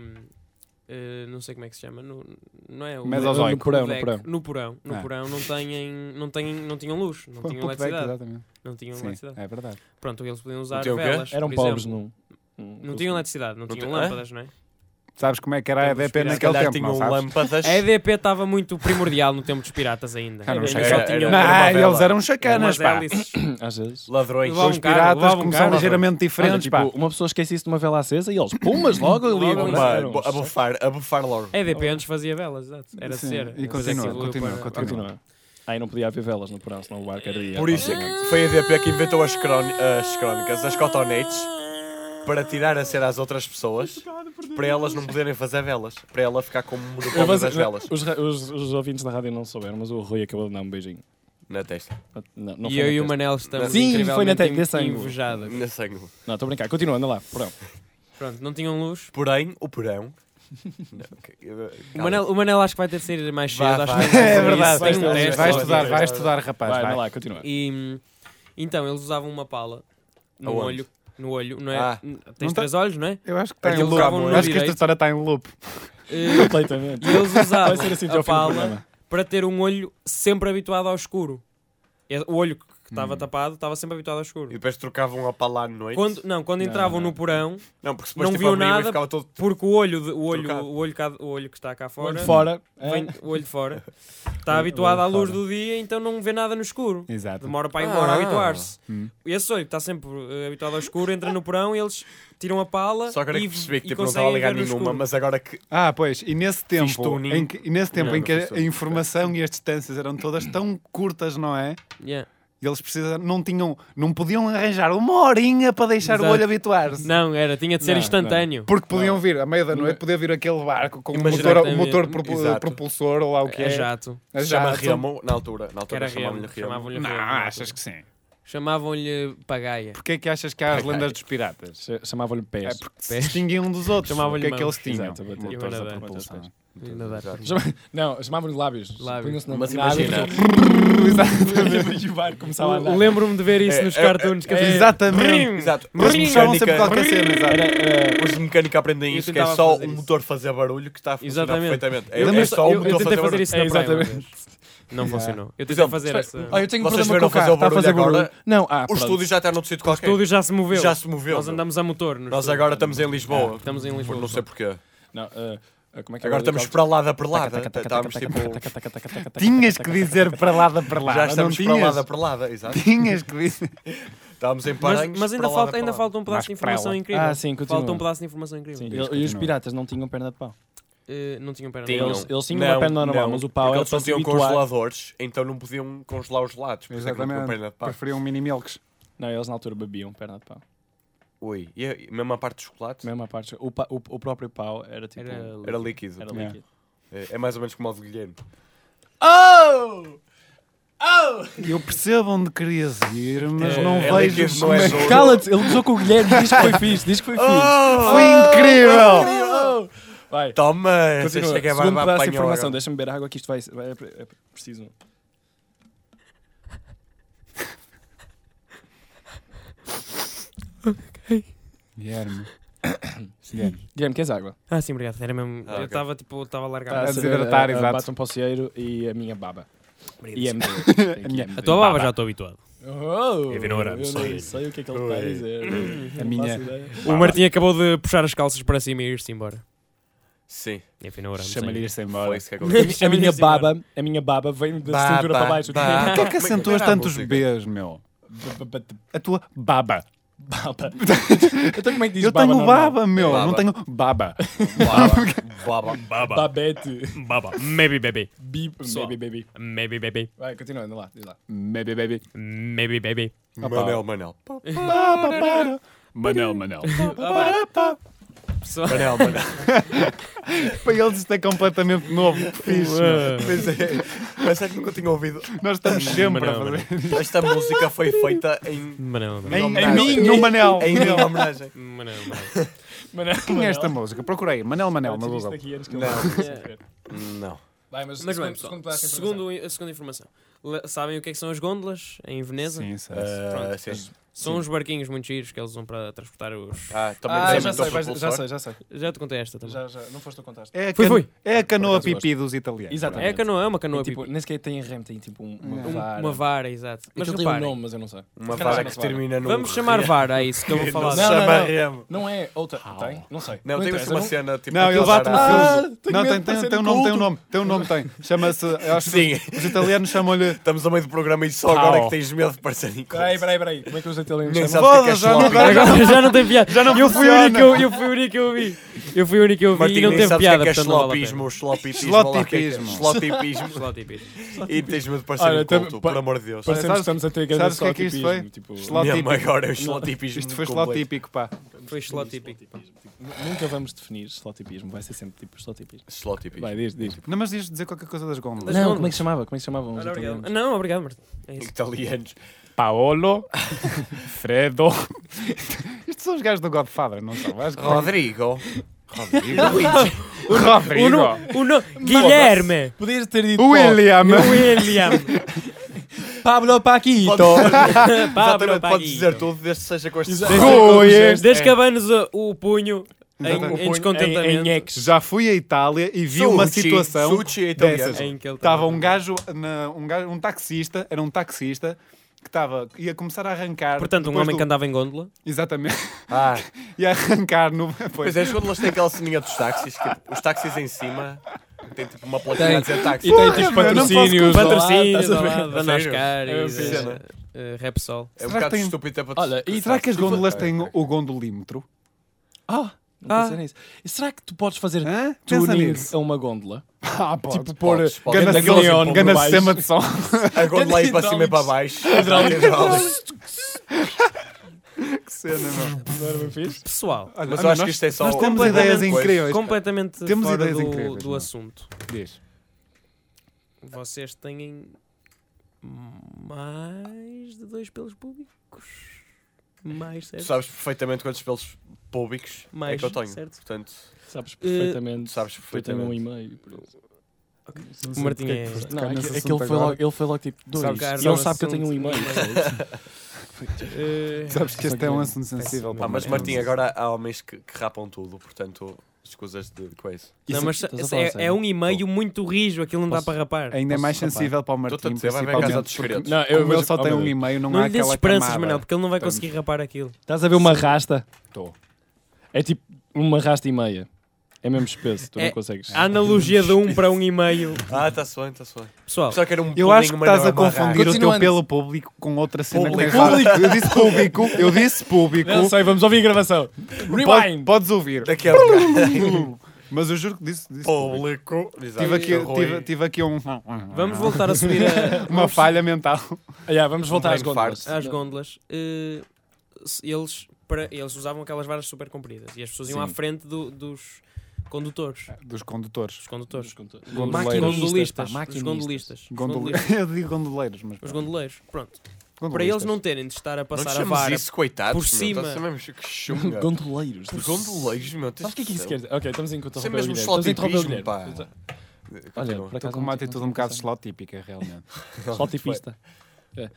C: eh, não sei como é que se chama, no, não é o
E: Mesozoico.
D: No porão,
C: o
D: no
C: deck.
D: porão.
C: No porão, no
E: Ah.
C: porão não, têm, não, têm, não tinham luz, não
E: Pô,
C: tinham
E: pouco deck,
C: eletricidade.
E: exatamente.
C: Não tinham
E: Sim,
C: eletricidade.
E: é verdade.
C: Pronto, eles podiam usar
B: tinham o quê?
C: velas.
D: Eram
C: por
D: pobres,
C: exemplo.
D: não.
C: Não tinham eletricidade, não,
B: Não
C: tinham
B: ti-
C: lâmpadas, não é?
E: Sabes como é que era a
C: Todos os
E: EDP
B: Se
E: naquele
B: calhar
E: tempo, não
C: um
B: tinham
E: sabes?
B: lâmpadas.
C: A EDP estava muito primordial no tempo dos piratas ainda.
E: Ah, não
C: Ainda
E: sei.
C: só
B: Era-
C: tinham
B: era- uma
E: Ah,
B: vela.
E: eles eram chacanas,
C: umas
E: pá.
C: hélices.
D: Às vezes.
B: Ladrões.
C: Levavam
E: Os
C: um carro,
E: piratas,
C: levavam um
E: como
C: carro.
E: são ligeiramente
D: Olha,
E: diferentes,
D: tipo,
E: pá.
D: uma pessoa esquecesse de uma vela acesa e eles, pumas, logo ali.
C: Logo
D: agora
B: Uma-
D: eram
B: bo- a
D: uns-
B: bufar, a bufar logo.
C: A EDP antes fazia velas, exato. Era
E: Sim,
C: cera.
E: e
C: Depois é que
E: continua,
C: evoluiu
E: continua,
C: para-
E: continua.
D: Continua. Aí não podia haver velas no porão, senão o barco ardia.
B: Por isso é que foi a EDP que inventou as, croni- as crónicas, as cotonetes, para tirar a cera às outras pessoas, para elas não poderem fazer velas, para ela ficar como
D: Eu vou-
B: monopólio das velas.
D: Os, ra- os- os ouvintes da rádio não souberam, mas o Rui acabou de dar um beijinho.
B: Na testa.
D: Não, não
C: E
D: foi na
C: eu e o
D: testa.
C: Manel estamos
D: Sim,
C: incrivelmente
D: foi na testa,
C: in-
D: desse ângulo.
C: invejados.
B: Na sangue.
D: Não, estou a brincar. Continua, anda lá. Porão.
C: Pronto, não tinham luz.
B: Porém, o porão... Não, que- eu-
C: O
B: calma.
C: Manel, o Manel acho que vai ter de sair mais cedo.
B: Vá,
C: acho
B: vai.
C: que vai
E: É
C: fazer
E: verdade,
C: isso, tem
E: vai
D: vais
C: um
E: estudar,
C: teste.
E: vai estudar, vai estudar,
D: Vai,
E: rapaz.
D: anda
E: vai.
D: lá, continua.
C: E hum, então eles usavam uma pala no
B: Aonde?
C: olho. No olho, não é?
B: Ah.
C: Tens
D: tá-
E: Não
C: três olhos, não é?
E: Eu acho que está em
C: Aquilo
E: loop.
C: cabo, não é?
E: Acho que
C: Direito.
E: esta história está em loop.
C: Eh,
D: Completamente.
C: E eles usavam
D: Vai ser assim até
C: a
D: ao fim do
C: pala
D: programa.
C: para ter um olho sempre habituado ao escuro. É, O olho que estava tapado estava sempre habituado ao
B: E
C: escuro.
B: depois trocavam a pala à noite.
C: Quando, não, quando
D: Não,
C: entravam
D: não.
C: no porão,
B: Não, porque depois
C: Não
B: tipo,
C: viu
B: abriam
C: nada.
B: e ficava todo...
C: porque o olho, de- o olho,
B: Trocado.
C: o olho, cá- o olho que está cá
D: O olho
C: fora,
D: de fora. é.
C: vem- o olho de fora,
D: O
C: está habituado
D: olho
C: à
D: de
C: luz
D: fora.
C: do dia, então não vê nada no escuro.
E: Exato.
C: Demora para ir
B: Ah.
C: embora a habituar-se.
E: Hum.
C: Esse olho que está sempre eh, habituado ao escuro, entra no porão e eles tiram a pala
B: Só agora
C: e,
B: que percebi que
C: e
B: tipo, não estava
C: conseguem
B: a ligar
C: ver no
B: nenhuma,
C: escuro.
B: mas agora que
E: Ah, pois, e nesse tempo,
B: tuning.
E: em que, e nesse tempo
B: Não,
E: em que a-
B: professor.
E: a informação e as distâncias eram todas tão curtas, não é?
C: Yeah.
E: E eles precisam, não tinham, não podiam arranjar uma horinha para deixar
C: Exato.
E: o olho habituar-se.
C: Não, era, tinha de ser
D: Não, não.
C: instantâneo.
E: Porque podiam vir, à meia da noite, podia vir aquele barco com o
B: Imagina
E: motor,
C: que
E: o motor
C: também-
E: propu-
B: Exato.
E: propulsor ou lá o que
C: É
E: é.
C: jato.
E: A
B: se chama
E: jato.
B: Remo, na altura, na
C: Ah, então. Que era
B: altura
C: remo.
B: chamavam-lhe Remo.
C: Chamavam-lhe
E: Não,
C: remo.
E: achas que sim.
C: Chamavam-lhe pagaia.
E: Porquê é que achas que há as lendas dos piratas?
D: Ch- Chamavam-lhe
E: É
D: pés.
E: porque se distinguiam um dos outros. O
C: Chamavam-lhe
E: que é que eles
C: mãos.
E: tinham?
D: Exato, bater.
E: Motores
C: Eu era
E: a
C: da-
E: propulsão.
C: Ainda dá.
B: Exato.
D: Chama- Não, chamavam-lhe lábios.
C: Lábios.
D: Punham-se na
B: Mas
D: na água
B: imagina.
D: e- E o barco começava a andar.
C: Lembro-me de ver isso
B: É,
C: nos
B: é,
C: cartoons. que eu fiz.
E: Exatamente.
B: Exato.
E: Eles puxavam sempre qualquer cena, exato.
D: Era,
B: Os de mecânica aprendem
C: Eu
B: isso, que é
C: tentava
B: só
C: fazer
B: o
C: isso.
B: motor fazer barulho que está a funcionar
C: Exatamente.
B: perfeitamente. É,
C: Eu,
B: é
C: eu-
B: só o
C: eu- eu
B: motor
C: tentei
B: fazer
C: fazer
B: barulho.
C: isso na
D: É,
C: praia uma
D: exatamente.
C: vez. Não funcionou. Eu tentei
B: exemplo,
C: fazer essa.
D: ah, eu tenho um
B: Vocês
D: problema com
B: viram
D: o carro.
B: fazer
D: Está a
B: o
D: fazer
B: barulho
D: barulho.
B: agora?
D: Não, ah,
B: O estúdio já está noutro sítio
C: O
B: qualquer.
C: estúdio já se moveu.
B: Já se moveu.
C: Nós
B: meu.
C: andamos a motor. no
B: Nós
C: estúdio.
B: agora estamos em Lisboa.
C: Estamos em
B: Por
C: Lisboa.
B: não sei porquê.
D: Não, ah, como é que
B: Agora
D: era o
B: estamos
D: helicóptero?
B: para lá da perlada. Estávamos tipo.
E: Tinhas que dizer para lá da para lá.
B: Já
E: não
B: estamos para
E: tinhas?
B: lá da perlada, exato.
E: Tinhas que dizer.
B: Estávamos em
C: Mas,
B: Paranhos.
C: mas ainda,
B: para lá da
C: falta, ainda
B: perlada.
C: falta um pedaço
E: Mais
C: de informação
E: prela.
C: incrível.
D: Ah, sim, continua.
C: Falta um pedaço de informação
D: Sim,
C: incrível.
D: e- e os piratas não tinham perna de pau.
C: Eh, não tinham perna.
B: Tinham.
C: nenhuma.
D: Eles, eles tinham
B: Não,
D: uma perna normal,
B: não,
D: mas o
B: porque
D: pau era
B: eles
D: para
B: não
D: se
B: tinham
D: habituar.
B: congeladores, então não podiam congelar os lados. Por isso é que não tinham perna de
E: Exatamente.
B: pau.
E: Preferiam um mini milks.
D: Não, eles na altura bebiam perna de pau.
B: Ui, e a- e mesmo a parte do chocolate?
D: Mesma parte. O, pa- o- o próprio pau era tipo.
C: Era
D: Era,
B: Era líquido.
E: Yeah.
D: líquido.
B: É, é mais ou menos como o de Guilherme.
E: Eu percebo onde querias ir, mas
B: É,
E: não
B: é líquido,
E: vejo
B: não
E: como
B: é
E: é
B: doce.
D: Cala-te, ele gozou com o Guilherme, diz que foi fixe, diz que foi fixe.
E: Foi
B: é
E: incrível!
D: Vai,
B: Toma! Então, Você
D: continua.
B: chega a
D: Segundo
B: barba
D: pedaço de
B: apanhou
D: informação,
B: agora.
D: deixa-me beber água que isto vai... vai- é, é preciso.
E: Guilherme.
D: Guilherme, queres água?
C: Ah, sim, obrigado. Era mesmo.
B: Ah,
C: eu
B: ok.
C: estava tipo, estava a largar.
D: Tá
E: a
D: ser-
E: desidratar,
D: a- a-
E: exato.
D: Bate um pocieiro e a minha baba. E a minha.
C: A tua baba já estou habituado.
D: Oh,
B: É ignorante,
D: eu não sei o que é que ele está a dizer.
E: A minha-
C: O Martim acabou de puxar as calças para cima e ir-se embora.
B: Sim,
C: E afinal oramos. ainda.
D: Chama-lhe-se
B: foi
D: embora.
B: isso que aconteceu.
D: A minha
C: Chama-lhe-se embora.
D: baba, a minha baba vem da
B: Baba,
D: cintura para baixo.
B: baba.
E: Porquê é que
B: Como é que
E: acentuas
B: era a
E: tantos
B: música?
E: Bs, meu?
D: A tua baba. Baba. Então como é que diz
E: Eu
D: baba
E: tenho
D: normal?
E: baba, meu.
B: Baba.
E: Não tenho baba.
B: Baba, baba.
D: Babete.
C: Baba. Maybe baby.
D: Bib.
C: Só.
D: Baby, baby.
C: Maybe baby.
D: Vai, continua, anda lá. Diz lá. Baby, baby.
C: Maybe baby.
B: Manel, Manel.
E: Ah,
D: Manel, Manel.
C: Pessoal,
B: Manel, Manel.
E: Para eles isto é completamente novo. Que Fixe. meu.
B: Pois é. Mas é que nunca tinha ouvido.
E: Nós estamos sempre a
C: Manel,
E: fazer.
B: Esta música foi feita em.
C: Manel, Manel.
E: Em,
B: homenagem.
E: mim, no Manel.
B: Em minha homenagem.
C: Manel, Manel.
D: Manel,
E: Quem é
D: Manel.
E: esta música? Procurei. Manel Manel no
D: Eu disse
E: Google.
D: daqui, eras que eu
B: Não.
D: lá.
B: Não.
D: Vai, mas,
C: Mas bem,
D: segundo-
C: pessoal,
D: segundo tu achas que
C: segundo a segunda informação, Le- sabem o que é que são as gôndolas em Veneza?
E: Sim, sim.
B: Ah, sim.
C: São uns barquinhos muito giros que eles usam para transportar os.
B: Ah, também
D: Ah,
B: ah,
D: já sei,
B: muito
D: vais- já sei, já sei.
C: Já te contei esta também.
D: Já, já. Não foste tu que contaste.
E: É a
C: Fui,
E: can-
C: fui.
E: É a canoa
D: Por acaso
E: pipi dos italianos.
D: Exatamente.
C: É a canoa, é uma canoa
D: É tipo,
C: pipi.
D: nem sequer tem rem, tem tipo um- uma
C: Um-
D: vara.
C: Uma vara, exato. Mas
D: Mas tem um
C: reparem,
D: nome, mas eu não sei.
B: Uma
D: Se calhar
B: vara
D: chama-se
B: que termina no.
C: vamos chamar vara a isso que eu vou
D: Não,
C: falar.
D: não,
B: Chama
D: não.
B: Remo.
D: Não é outra. Tem? Não sei.
B: Não, tem
D: interessa,
B: uma cena tipo.
E: Não, ele
B: aquele
E: bate no
B: varado.
D: Ah,
E: filme.
D: tenho
E: não,
D: medo
E: tem,
D: de
E: tem,
D: parecer
E: tem um nome, tem um
D: culto.
E: nome, tem um nome, tem. Chama-se. eu acho que
B: Sim.
E: Os italianos chamam-lhe.
B: Estamos a meio do programa e só agora é
D: Pau.
B: que tens medo de parecer inculto.
D: Peraí, peraí, peraí. Como é que os italianos
B: Nem
D: chamam?
B: sabes o que é que é
E: Foda-se, já não
B: sloppy.
E: dá-
C: Agora já não tem piada.
E: Já não
C: eu, fui o único, que eu,
E: funciona.
C: eu fui o único que eu vi. Eu fui o único que eu vi e
B: Martim,
C: não
B: nem
C: teve
B: sabes o que é
C: piada.
B: que é
C: portanto não vale a
B: slopismo, slopipismo,
E: Slotipismo.
B: lá o que é que é. Slotipismo.
C: pena.
B: E tens medo de
D: Olha,
B: parecer inculto,
D: tam- pa-
B: por amor de Deus.
D: Parecemos
E: Sabes-
D: que estamos a ter
E: sabes
D: grande
E: o que é que isto
D: slotipismo,
E: foi?
D: Tipo,
E: Slotipismo.
B: Minha mãe, agora é o slotipismo.
E: Isto foi slot
B: completo.
E: típico, pá.
C: Foi sló típico.
D: nunca vamos definir slotipismo. Vai ser sempre tipo slotipismo.
B: Slotipismo.
D: Vai, diz, diz.
E: Não, mas diz dizer qualquer coisa das gôndolas.
C: Não,
D: Não,
C: como
D: como
C: é
D: é que chamava? Como é que chamavam os
C: Olha, obrigado.
D: italianos?
C: Não, obrigado, Martim. É isso.
B: Italianos.
D: Paolo. Fredo.
E: Estes são os gajos do Godfather, não são? Acho que-
B: Rodrigo.
C: O
E: Rodrigo.
C: no- o no- Guilherme.
D: Podias ter dito
E: William.
C: William.
D: Pablo Paquito.
C: Pablo
B: Exatamente,
C: Paquito.
B: podes dizer tudo desde que seja com este
D: Exato.
B: som.
E: Goiás.
C: Desde que abanes o- o punho em,
E: Exatamente.
C: em descontentamento.
D: Em, em ex.
E: Já fui à Itália e vi uma
B: Sushi.
E: situação.
B: Sushi é italiano.
E: dessas.
C: Em que ele
E: Estava
C: tava-
E: um gajo, na- um gajo- um taxista, era um taxista que estava, ia começar a arrancar.
C: Portanto, um
E: depois
C: homem
E: do-
C: que andava em gôndola.
E: Exatamente.
B: Ah,
E: Ia arrancar no. Pois,
B: pois é, quando eles têm aquela sininha dos táxis, que os táxis em cima têm tipo uma plaquinha a dizer táxi. É um
D: E tem tipo
E: meu, não posso
D: patrocínios. lá,
C: Patrocínios, tá
D: estás a
C: lá,
D: ver?
C: da
B: A sério?
C: NASCAR
D: É
C: e
D: uma
B: cena.
C: da eh, Repsol.
B: É um
E: Será
B: bocado
E: que tem-
B: estúpido. é para-
D: Olha, e
E: Será que as gôndolas têm
B: Ok.
E: o gondolímetro?
D: Ah, não
C: Ah.
D: pensei nisso. E será que tu podes fazer
E: Hã? Ah, Pensa
D: tuning
E: nisso.
D: a uma gôndola?
E: Ah, pode.
D: tipo, pôr
B: podes, podes.
D: ganda
E: Gana,
B: Aqueles
D: neon
E: gana,
D: por
E: gana
D: baixo.
E: sistema de som.
B: A gondola aí para cima e para baixo. Hidráulicos.
E: que cena, meu.
D: Não era bem fixe?
C: Pessoal,
E: Olha,
B: Mas
E: ah,
B: eu acho
E: nós-
B: que isto é só...
E: Nós temos
B: uma
E: ideias
B: coisa.
E: incríveis.
C: completamente
E: Temos
C: fora
E: ideias
C: do,
E: incríveis,
C: do
E: não é?
C: assunto.
E: Diz.
C: Vocês têm mais de dois pelos públicos? Mais,
B: Tu
C: certo?
B: sabes perfeitamente quantos pelos públicos é
C: Mais,
B: que eu tenho.
C: certo.
B: Portanto,
D: Eh, Sabes
B: tu
D: perfeitamente.
B: sabes
D: Eu tenho um
B: perfeitamente.
D: e-mail. por isso.
C: O Martim é...
D: Não,
E: Tocar
D: é
E: nesse
D: que- é que ele
E: assunto
D: foi
E: agora.
D: logo- ele foi logo tipo dois.
C: Sabe que há
D: E ele
C: um
D: sabe que eu tenho um
C: assunto-
D: e-mail.
C: Eh,
E: Sabes que este é um assunto sensível.
C: Péssimo.
E: pá.
B: Ah, mas
D: É,
B: Martim,
D: mas-
B: agora há homens que, que rapam tudo, portanto, escusas de coisa.
C: Não,
D: Isso-
C: mas
D: estás a
C: se-
D: falar
C: é,
D: sério?
C: é um e-mail muito rijo, aquilo não dá
D: Posso-
C: para rapar.
E: Ainda é mais
D: Posso, rapaz?
E: sensível para o Martim,
B: Estou-te a dizer, vai ver a casa
E: principalmente
B: dos
E: porque-
B: segredos.
D: Não,
E: Como ele só
D: oh,
E: tem
D: meu
E: um
D: Deus.
E: e-mail, não,
C: Não
E: há
C: lhe des
E: aquela
C: esperanças,
E: camada.
C: Manel, porque ele não vai conseguir rapar aquilo.
D: Estás a ver uma rasta?
E: Estou.
D: É tipo uma rasta e meia. É mesmo espesso, tu
C: É-
D: não consegues.
C: A analogia de um para um e meio.
B: Ah, está suando, está suando.
C: Pessoal,
B: Só que era um
E: Eu
B: pudim,
E: acho que
B: mas não é
E: estás a
B: uma raça.
E: confundir o teu
D: Continuando.
E: pelo público com outra cena que
B: Público.
E: tem errado. Eu disse público, eu disse público.
D: Não sei, vamos ouvir a gravação.
E: Pode-
D: Rewind!
E: podes ouvir. Uhum.
B: Daqui a bocado.
E: Mas eu juro que disse. disse público.
B: Público. Exato.
E: Tive aqui,
B: Rui.
E: tive, tive aqui um,
C: vamos voltar a subir a-
E: uma falha mental.
D: Ah, yeah, vamos voltar às
B: brain
D: gôndolas.
C: às gôndolas. Eh, se- eles, para, eles usavam aquelas varas super compridas e as pessoas iam
D: Sim.
C: à frente do- dos condutores.
E: Dos condutores.
C: Dos condutores. Dos
D: Gondoleiros.
C: Gondolistas.
D: Pá,
C: Dos
D: maquinistas.
C: gondolistas. Os
E: Gondole...
C: gondolistas.
E: Eu digo gondoleiros, mas.
C: Os gondoleiros. Pronto.
E: gondolistas.
C: Para eles não terem de estar a
B: Não te
C: passar a
B: chames
C: vara.
B: isso, coitados,
C: por cima.
B: Meu, Tá mesmo que chunga.
D: Gondoleiros.
B: Por Gondoleiros, meu. tens
D: Sabes o que é que isso
B: noção.
D: quer dizer? Ok, estamos em
B: Isso é
D: interromper o
B: mesmo
D: Guilherme. Estamos a interromper o
B: slotipismo,
D: Guilherme.
B: pá.
D: Olha,
B: Continua.
D: por
E: Estou
D: acaso
E: com uma
D: não-
E: atitude
D: não-
E: um bocado
D: não-
E: slotípica, realmente.
D: Slotipista.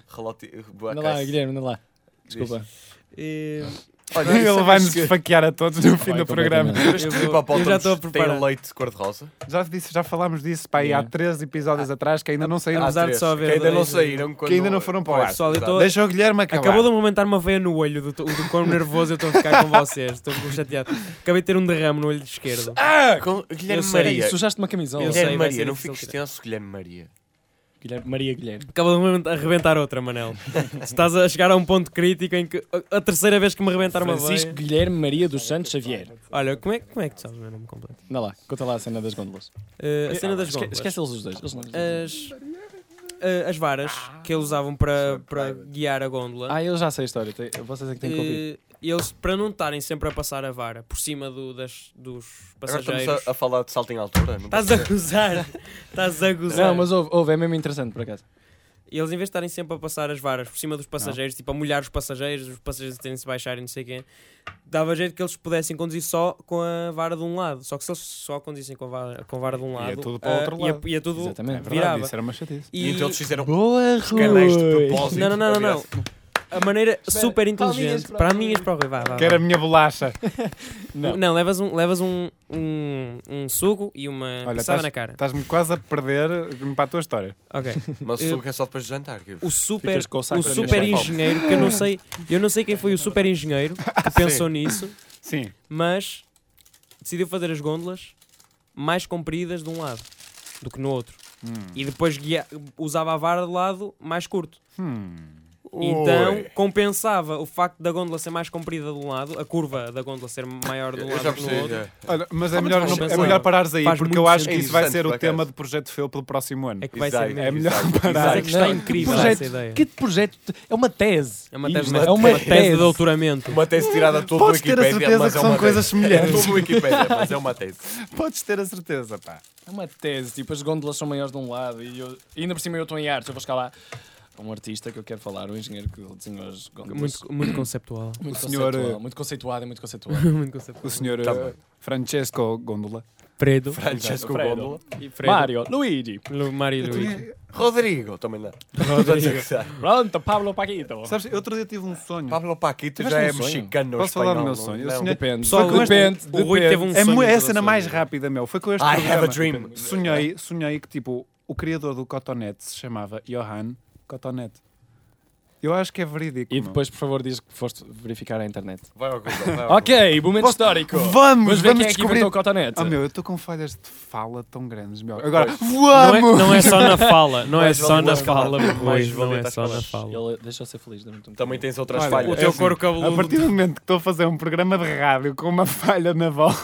B: Relati-
D: Anda lá, Guilherme, anda lá. Desculpa.
C: Eh,
B: Olha,
E: Ele vai-nos
B: que...
E: esfaquear a todos no fim
D: Vai,
E: do programa.
D: completamente.
C: Eu vou-
B: hipopótamos
C: eu já estou a
B: têm
C: preparar.
B: leite de cor-de-rosa.
E: Já, disse, já falámos disso pá, aí há
G: Yeah.
E: três episódios atrás que ainda não saíram.
B: Há
C: Apesar de
B: três,
C: só haver
B: Que ainda não
C: dois-
B: saíram. Quando...
E: ainda não foram para o ar.
B: Pessoal,
C: Pessoal, eu estou-
E: Deixa o Guilherme acabar.
C: Acabou de aumentar uma veia no olho do, do, do quão nervoso eu estou a ficar com vocês. Estou um chateado. Acabei de ter um derrame no olho esquerdo.
B: Ah, com... Guilherme
C: Eu sei.
B: Maria.
D: Sujaste uma camisola.
C: Eu sei.
B: Guilherme
C: vai
B: Maria,
C: ser
B: não
C: difícil
B: fiques
C: tirar.
B: tenso, Guilherme Maria.
D: Guilherme- Maria Guilherme.
C: Acabou de me arrebentar outra, Manel. Estás a chegar a um ponto crítico em que a- a terceira vez que me arrebentar uma
D: Francisco
C: veia...
D: Guilherme Maria dos Santos Xavier.
C: Olha, como é, como é que tu sabes o meu nome completo?
D: Anda lá, conta lá a cena das gôndolas.
C: Eh, a cena das
D: Ah, Esque-
C: gôndolas.
D: Esquece eles os dois. Eles não-
C: As, eh, as varas que eles usavam para, para guiar a gôndola.
D: Ah, eu já sei a história. Tem- Vocês é que têm que ouvir.
C: eh, eles, para não estarem sempre a passar a vara por cima do, das, dos
B: Agora
C: passageiros...
B: estamos a, a falar de salto em altura. não
C: Estás
B: pode
C: a
B: ser.
C: gozar. Estás a gozar.
D: Não, mas houve, houve, é mesmo interessante por acaso.
C: E eles, em vez de estarem sempre a passar as varas por cima dos passageiros, tipo a molhar os passageiros, os passageiros terem de se baixar e não sei quem, dava jeito que eles pudessem conduzir só com a vara de um lado. Só que se eles só conduzissem com a vara, com a vara de um lado,
E: tudo para o
C: ah,
E: outro
C: ia-
E: lado.
C: Ia, tudo
D: Exatamente.
E: Verdade,
C: virava.
E: isso era uma chatice.
B: E então eles fizeram
D: Boa,
B: canais de propósito.
C: Não, não, não, não,
B: para
C: não. A maneira
D: Espera,
C: super
D: palminhas
C: inteligente.
D: para
C: Para
D: o
C: mim,
D: Rui.
C: és para o Rui. Vá, vá, vá.
E: Que era a minha bolacha.
C: Não, levas, um, levas um, um, um suco e uma
E: Olha,
C: passada na cara.
E: Estás-me quase a perder para a tua história.
C: Ok.
B: virar- Mas o suco é só depois de jantar. que-
C: o super,
D: Ficas com o saco
C: o
D: na
C: super
B: minha
C: engenheiro, que eu não sei, eu não sei quem foi o super engenheiro que pensou nisso,
E: Sim.
C: mas decidiu fazer as gôndolas mais compridas de um lado do que no outro.
E: Hum.
C: E depois guia- usava a vara do lado mais curto.
E: Hum.
C: Então
B: Ui.
C: compensava o facto da gôndola ser mais comprida de um lado, a curva da gôndola ser maior de um
B: Eu
C: lado
B: já
C: que no
B: percebi.
C: outro.
B: já.
E: Olha, mas é
C: Ah, mas
E: melhor,
C: faz
E: não- é
C: sentido.
E: melhor parares aí,
C: Faz
E: porque
C: muito
E: eu acho que
C: sentido.
E: isso vai
B: Interessante,
E: ser
B: por
E: o
B: acaso.
E: tema do Projeto Feu pelo próximo ano.
C: É que vai ser
B: Isaac,
C: mesmo.
E: É melhor
B: Isaac,
E: parar.
C: Isaac, Ah, está
D: Não, que
C: incrível essa
D: projeto-
C: ideia.
D: Que projeto? É uma tese.
C: É uma tese,
D: Isto é uma
C: tese de
D: tese.
C: doutoramento.
B: Uma tese tirada toda do
E: Podes ter a
B: Wikipedia,
E: certeza
B: mas
E: que
B: é
E: são
B: uma
E: coisas
B: tese.
E: semelhantes.
B: Tudo Wikipedia, mas é uma tese.
E: Podes ter a certeza, pá.
D: É uma tese, tipo, as gôndolas são maiores de um lado e eu- ainda por cima eu estou em artes, eu vou chegar lá a um artista que eu quero falar, um engenheiro que desenhou as gôndolas.
C: Muito, muito conceptual.
D: muito
E: O senhor,
D: conceituado,
E: eh,
D: muito conceituado e muito conceituado.
C: muito conceptual.
E: O senhor
B: Tá
E: eh,
B: bem.
E: Francesco Gondola.
C: Fredo.
B: Francesco
D: Fredo.
B: Gôndola.
C: E Fredo.
D: Mário, Luigi,
C: Lu- Mário e Luís.
B: Rodrigo, também não.
D: pronto, Pablo Paquito.
E: Sabes, eu outro dia tive um sonho.
B: Pablo Paquito
D: Tiveste
B: já
D: um
B: é
D: sonho?
B: mexicano ou
E: Posso falar do
B: espanhol, não-
E: meu sonho? Eu
B: não.
E: sonhei-
D: Depende,
C: Pessoal,
E: Foi com este-
D: depende,
C: o Rui
D: depende.
C: teve um
E: É,
C: sonho
E: mu- é a
C: toda
E: cena
C: sua
E: mais
C: vida.
E: rápida, meu. Foi com este
B: I have a
E: programa.
B: dream.
E: Sonhei, sonhei que, tipo, o criador do Cotonete se chamava Johan Cotonete. Eu acho que é verídico.
D: E
E: meu.
D: depois, por favor, diz que foste verificar a internet.
B: Vai ao Google, vai ao
D: Ok, momento histórico.
E: Tá Vamos,
D: Vamos ver
E: vamos
D: quem é que
E: descobrir.
D: inventou o cotonete.
E: Ah, meu, eu estou com falhas de fala tão grandes, meu. Agora,
C: Não é,
E: vamos!
C: não é só na fala, não é
B: Mais
C: só
B: vale
C: na
B: duas
C: fala,
B: camadas. Mais
C: Rui,
B: vale
C: não é
B: duas
C: só na
B: camadas.
C: fala.
D: Ele deixou ser feliz durante um
B: Também tens outras
E: Olha,
C: O
B: falhas.
C: teu
E: assim,
C: couro
E: A
C: cabeludo.
E: partir do momento que estou a fazer um programa de rádio com uma falha na voz.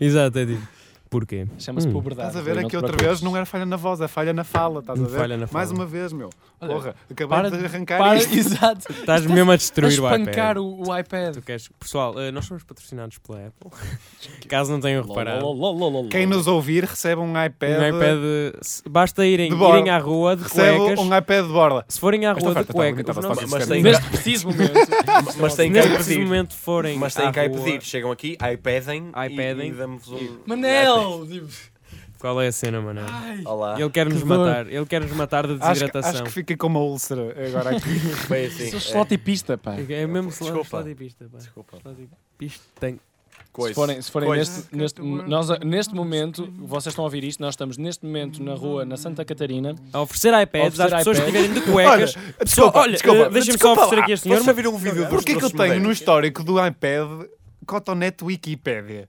C: Exato, é tipo. Porquê?
D: Chama-se
C: Hum.
D: puberdade.
E: Estás a ver aqui outra vez? Não era falha na voz, é falha na fala, estás a ver?
C: Falha na fala.
E: Mais uma vez, meu.
D: Olha,
E: Porra, acabei
D: para
E: de
D: de-
E: arrancar
D: Para,
E: isto.
D: exato.
C: Estás mesmo a
D: A
C: destruir o
D: espancar
C: iPad.
D: o, o iPad.
C: Tu queres... Pessoal, eh, nós somos patrocinados pela Apple. Caso não tenham reparado.
D: Lololololol.
E: Quem nos ouvir recebe um iPad.
C: Um iPad. eh, se- Basta irem,
E: De borla.
C: irem à rua de
E: recebe
C: cuecas.
E: um iPad de borla.
C: Se forem à
E: Esta
C: rua de
E: oferta tá está
C: cuecas,
E: limitada,
C: os
E: só
C: nossos-
E: para
B: Mas
E: Sim.
B: tem
D: Neste preciso momento.
B: mas tem
C: neste
B: que
C: preciso
B: pedir.
C: momento forem.
B: Mas
C: à
E: Ah,
B: tem que
C: rua-
B: pedir. Chegam aqui, iPadem e-
C: iPadem.
B: e damos um...
D: Manel! tipo,
C: Qual é a cena, mano?
D: Ai,
B: Olá.
C: Ele quer nos
D: que dor.
C: matar. Ele quer nos matar de
E: Ah, Acho, que- acho
C: desidratação.
E: que fica com uma úlcera agora aqui.
B: Bem assim.
D: sou
B: é.
D: slotipista, pá.
C: É mesmo só
B: Desculpa.
C: só de pista, pá.
B: Desculpa.
C: Só de pista. Tem-
D: Se
B: Coisa.
D: forem, se forem
B: Coisa.
D: neste, neste, nós, neste momento, vocês estão a ouvir isto, nós estamos neste momento na rua, na Santa Catarina.
C: A oferecer iPads
D: A oferecer
C: às pessoas que
D: iPads.
C: estiverem de cuecas. Pessoa- olha,
B: desculpa,
C: eh, deixa-me só
B: desculpa
C: oferecer
B: lá.
C: aqui a este senhor.
B: Vocês já viram um vídeo dos
E: Porquê que eu
B: nossos
E: tenho no
B: modelos?
E: histórico do iPad Cotonete Wikipédia?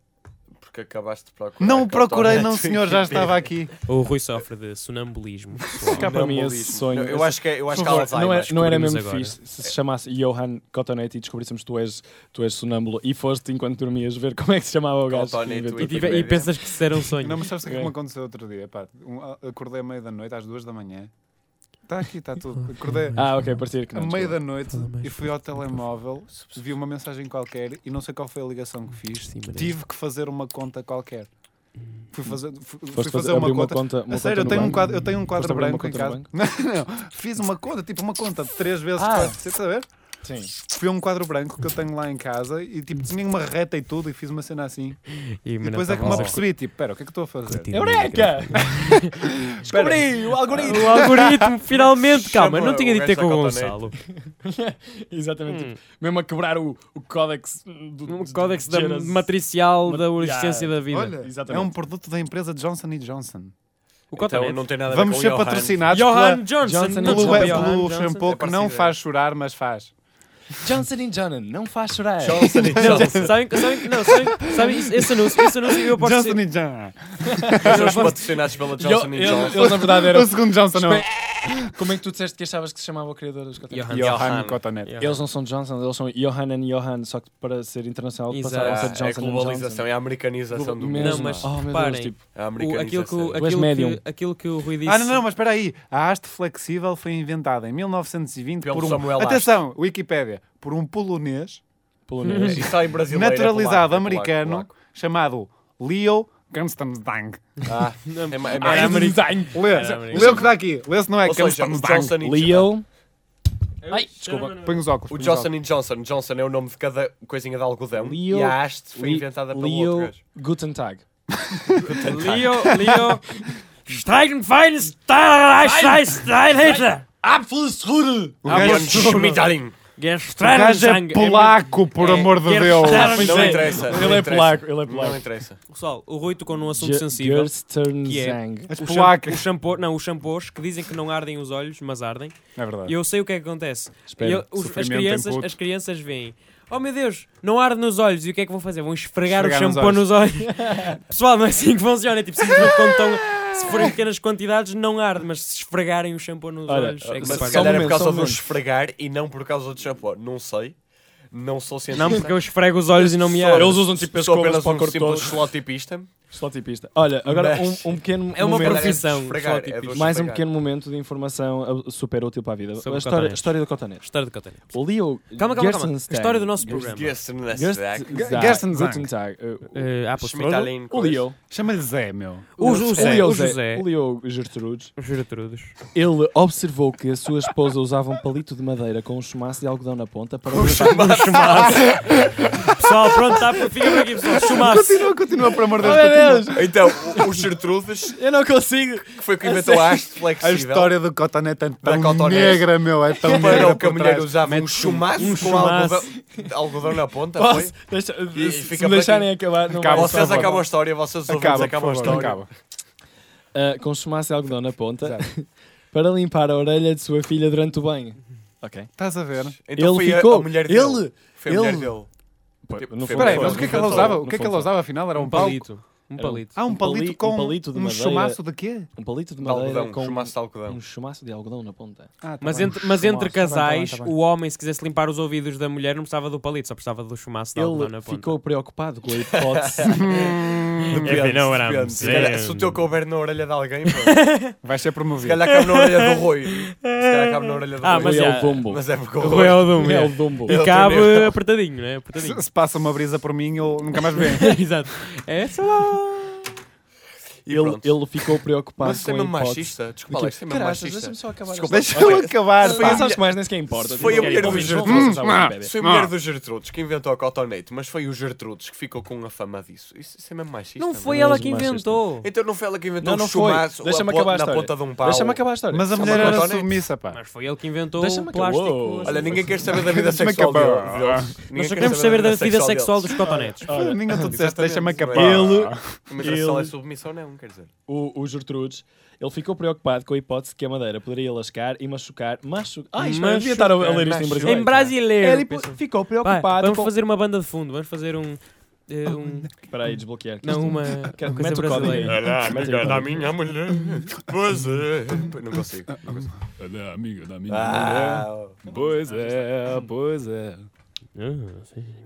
B: Porque acabaste de procurar.
E: Não o procurei, não,
B: Cotonete.
E: senhor, já estava aqui.
C: O Rui sofre de sonambulismo.
D: Cá para mim esse
B: Não,
D: sonho.
B: Eu acho que é- eu acho que há
D: Por favor, não,
B: Alzheimer.
D: é- não era
C: descobrimos
D: mesmo
C: agora.
D: fixe se se chamasse Johan Cotonete e descobríssemos que tu és, tu és sonâmbulo e foste enquanto dormias ver como é que se chamava o gajo. que
B: Cotonete,
D: inventou.
C: e, tive-
B: Wikipedia.
C: e pensas que isso era um sonho.
E: Não, mas sabes o que é que me
D: Ok.
E: aconteceu outro dia? Pá, Um- a- acordei à meia da noite, às duas da manhã. Está aqui, está tudo. Acordei
D: Ah, ok, parecia que
E: à
D: não.
E: meia da
D: desculpa.
E: noite
C: Fala mais
E: e fui ao telemóvel, vi uma mensagem qualquer e não sei qual foi a ligação que fiz.
C: Sim, mas-
E: Tive que fazer uma conta qualquer. Fui fazer, fu- fui
D: Foste
E: fazer,
D: fazer,
E: uma
D: abrir
E: conta.
D: uma conta.
E: a sério, eu tenho, um quadro, eu tenho um quadro
D: Foste abrir uma
E: branco em
D: conta
E: casa.
D: no
E: Não, não, fiz uma conta, tipo uma conta de três vezes.
D: Ah.
E: quatro, Sem saber?
H: Sim.
E: filme um quadro branco que eu tenho lá em casa e tipo desenhei uma reta e tudo e fiz uma cena assim.
C: E,
E: E depois é que me apercebi, tipo, pera, o que é que estou a fazer?
H: Eureka!
E: Espera.
H: Descobri o algoritmo!
C: O algoritmo, finalmente, calma, eu não
B: Chama
C: tinha
B: o
C: de ter com o
B: gajo da
C: Gonçalo.
H: Exatamente.
C: Hum.
H: tipo, mesmo a quebrar o, o códex do,
C: Um
H: do-
C: códex
H: de
C: da
H: Geras.
C: matricial da
H: Mat-
C: existência
H: Yeah.
C: da vida.
E: Olha, é
H: Exatamente.
E: um produto da empresa Johnson Johnson.
C: o
B: Então
C: Cotonete.
B: não tem nada a ver
E: é- Vamos
B: com
E: ser
B: o Johan. É
E: patrocinados
C: Johan
E: pela,
C: Johnson,
H: Johnson
C: não
H: and
E: pelo,
C: desculpa,
H: Johnson.
E: pelo,
C: Johan Johnson.
E: shampoo que não
B: parecido.
E: faz chorar, mas faz.
D: Johnson and Johnson, não faz chorar.
B: Johnson e Johnson.
C: Sabem, sabem, não, sabem, sabem esse esse anúncio, esse anúncio eu posso
E: Johnson
C: dizer,
E: Johnson.
B: Somos patrocinados pela
H: Eu-
B: Johnson e
H: eu-
B: Johnson.
H: Eles na verdade
E: O
H: eram.
E: segundo Johnson não.
D: Como é que tu disseste que achavas que se chamava o criador dos Cotonetes?
C: Johan.
E: Johan
B: Johan.
E: Cotonete.
C: Yeah.
D: Eles não são Johnson, eles são Johan and Johan, só que para ser internacional
C: Exato.
D: passaram a ser
B: Ah, é
D: Johnson
B: a
D: and
B: globalização, é a americanização do mundo.
D: Mesmo.
C: Não, mas
D: oh, meu Deus,
C: reparem.
D: tipo,
B: A
C: o, aquilo, que, o-
B: americanização.
D: Tu és
C: aquilo,
D: médium.
C: que, aquilo que o Rui disse.
E: Ah, não, não, mas espera aí. A haste flexível foi inventada em 1920
B: Pelo
E: por um.
B: Samuel Haste.
E: atenção, Wikipédia. Por um polonês
D: polonês.
B: Isso aí brasileiro. é
E: naturalizado
B: polaco, é polaco,
E: americano
B: polaco.
E: chamado Leo Kanstenzang.
B: Ah, é ma- é
E: Ah,
B: mais-
E: Lê, lê o que está aqui. Lê se não é
B: Ou seja, o Johnson
E: Kanstenzang.
B: e
D: Leo. Ai,
C: desculpa.
D: desculpa.
E: Põe os óculos.
B: O
E: põe os
B: Johnson e Johnson. Johnson é o nome de cada coisinha de algodão.
D: Leo-
B: e a haste foi
D: Le-
B: inventada pelo outro
D: Leo
B: gajo.
D: Guten Tag.
C: Leo, Leo, Steigen, Fein, Stein, Stein, Hitler.
D: Apfelstrudel!
B: Ah,
E: O gajo,
B: Schmidarin.
E: o gajo é polaco, por amor de Deus.
B: Não interessa. não
H: Ele é
B: interessa.
H: polaco, ele é polaco.
B: Não interessa.
C: Pessoal, o Rui tocou num assunto sensível. que é-
D: Gerstenzang.
E: As
C: O shampoo- o
E: polacas.
C: shampoo- não, os shampoos que dizem que não ardem os olhos, mas ardem.
E: É verdade.
C: E eu sei o que é que acontece.
D: Espera,
C: E eu- os- as,
E: sofrimento em
C: crianças,
E: puto.
C: as crianças veem. Oh meu Deus, não arde nos olhos. E o que é que vão fazer? Vão esfregar,
E: Esfregar
C: o
E: nos
C: shampoo nos olhos. Pessoal, não é assim que funciona. É Tipo, simplesmente quando estão- se forem pequenas quantidades, não arde. Mas se esfregarem o shampoo nos
D: Olha,
C: olhos, é que
B: Mas
D: Só
B: se
C: se
D: um
B: calhar é
D: momento,
B: por
D: só
B: causa
D: um
B: do
D: momento.
B: esfregar e não por causa do shampoo. Não sei. Não sou cientista.
C: Não, porque eu esfrego os olhos e não me
B: Sou-
C: arde.
H: Eles usam tipo as
B: Sou
H: cobras
B: apenas
H: para o
B: um
H: corpo todo.
B: simples xilotipista.
D: Slotipista. Olha, agora
B: Mas-
D: um, um pequeno
C: É uma
D: momento-
B: Mas é de
C: profissão,
B: esfregar, é de
C: xilotipista.
D: Mais um
B: esfregar.
D: pequeno momento de informação uh, super útil para a vida.
C: Sobre
D: a história,
C: cotonetes.
D: história do cotonete.
C: História de Catarina.
D: O Leo
C: Calma, calma, calma.
D: Gerstenzang-
C: História do nosso programa.
B: Yes, nessa
D: Gerstenzang.
B: daca.
E: Gerstenzang.
D: Guten Tag. Uh,
C: Eh, há posto-
B: Schmitalin,
D: O
B: coisa.
D: Leo.
E: Chama-lhe Zé, meu.
C: O Ju- o José. O
D: Zé-
C: José.
D: O Leo Gertrudes.
C: Os Gertrudes.
D: Ele observou que a sua esposa usava um palito de madeira com um chumaço de algodão na ponta para levar
C: Pessoal, pronto, tá, fica por aqui, pessoal. Chumaço.
E: Continua, continua, por amor de Deus. continua.
B: Então, o- os Gertrudes,
D: Eu não consigo.
B: que foi o que inventou a haste
E: A
B: flexível.
E: história do Cotonete é tão
B: Cotonete.
E: negra, meu. É tão negra.
B: Para o que a
E: por
B: mulher
E: trás.
B: usava um
E: Mete
B: chumaço
C: um
B: com
C: chumaço.
B: algodão, algodão na ponta, foi?
D: Posso? Deixa-
B: E- e
D: se
B: fica por
D: me deixarem acabar, não
E: Acaba,
D: vai.
E: por
B: Vocês
E: favor.
B: acabam a história, vocês ouvintes
E: Acaba,
B: acabam a
E: por favor,
B: história.
E: acaba.
D: Ah, com chumaço de algodão na ponta para limpar a orelha de sua filha durante o banho. Ok.
E: Estás a ver?
B: Então
D: ele
B: foi a-
D: ficou.
B: a mulher dele.
D: ele.
B: Foi a mulher
D: ele-
B: dele. Tipo,
D: não foi-
E: Espera aí,
B: foi-
E: mas o que é que ela
B: foi-
E: usava?
D: foi-
E: O que é que
D: foi-
E: ela usava, afinal? Era um
C: Um
E: palito?
C: palito. Um
D: Era um-
C: palito.
E: Ah, um
D: Um
E: palito
D: pali-
E: com
D: um palito de
E: um
D: madeira.
E: chumaço de quê?
D: Um palito de
B: De
D: madeira
B: algodão,
D: com
B: chumaço de algodão.
D: um chumaço de algodão na ponta.
E: Ah, tá
C: Mas
E: bem.
C: entre, mas entre
E: Chumaço, tá bem, tá bem,
C: casais,
E: tá bem.
C: o homem, se quisesse limpar os ouvidos da mulher, não precisava do palito, só precisava do chumaço da algodão
D: Ele
C: na ponta.
D: ficou preocupado com a hipótese.
B: Depende,
C: Afinal, era
B: depende.
C: um
B: Se calhar,
C: zen.
B: Se o teu couber na orelha de alguém, pronto.
E: Vai ser
B: se
E: promovido.
B: calhar cabe na orelha do Rui. Se calhar cabe na orelha do
C: Ah,
B: Rui.
C: mas
D: Foi
C: é-
D: o Dumbo.
B: Mas é porque o
C: Rui
B: Rui...
C: é o Dumbo.
D: É
C: é.
D: o Dumbo.
C: E cabe apertadinho, né? Apertadinho.
E: Se, se passa uma brisa por mim, eu nunca mais venho.
C: Exato. É, sei lá.
B: E
D: Ele,
B: pronto.
D: ele ficou preocupado
B: Mas isso
D: com
B: é
D: a
B: mesmo
D: hipótese.
B: machista. Desculpa, Alex, isso é mesmo
D: Caraças,
B: machista.
D: deixa-me só acabar.
B: Desculpa,
D: esta-
E: Deixa-me
B: Se
E: acabar.
D: Pá,
B: foi a
D: sabes
B: mulher-
D: que mais nem sequer importa. Tipo, é
B: se foi a mulher do
D: ouvintes,
B: Jesus-
D: não
E: Hum,
D: façam sabor de
E: ah,
D: bebê.
B: Se foi a mulher dos Gertrudes que inventou a cotonete, mas foi o Gertrudes que ficou com a fama disso. Isso, isso é mesmo machista.
C: Não foi
D: não
C: ela
D: és
C: que
D: machista.
C: inventou.
B: Então não foi ela que inventou
D: Não, não
B: o
D: foi.
B: chumaço
D: Deixa-me
B: a po-
D: acabar a
B: na
D: história.
B: ponta de um pau.
D: Deixa-me acabar a história.
E: Mas a
B: Só
E: mulher
B: uma
E: era
B: cotonete.
E: submissa, pá.
C: Mas foi ele que inventou
D: Deixa-me
C: o
D: acabar.
C: plástico.
D: Uou.
B: Olha, ninguém quer saber da vida
E: Deixa-me
B: sexual
E: acabar.
B: deles. Ninguém
C: Nós só
B: quer
C: queremos saber da vida
B: sexual
C: sexual Ah,
B: deles.
C: dos cotonetes.
D: Olha,
E: Ninguém tu disseste, deixa-me acabar.
D: Ele-
B: Mas
D: Ele-
B: a só é submissão, não, quer dizer.
D: o, o Gertrudes, ele ficou preocupado com a hipótese que a madeira poderia lascar e machucar. Machu... Ai, isto não devia estar a ler isto em
B: Machucar.
D: brasileiro.
C: Em brasileiro.
D: Ele po- ficou
C: Vai,
D: preocupado
C: vamos
D: com...
C: fazer uma banda de fundo, vamos fazer um. eh, um
B: Ah,
D: Espera aí, desbloquear.
C: não, uma, uma
D: Quero-
C: coisa
D: mete o código aí.
C: brasileira.
B: Olha,
D: amiga da
B: minha mulher. Pois é. Não consigo. não consigo.
H: Olha, amiga da minha.
B: Ah,
H: Pois é, pois é.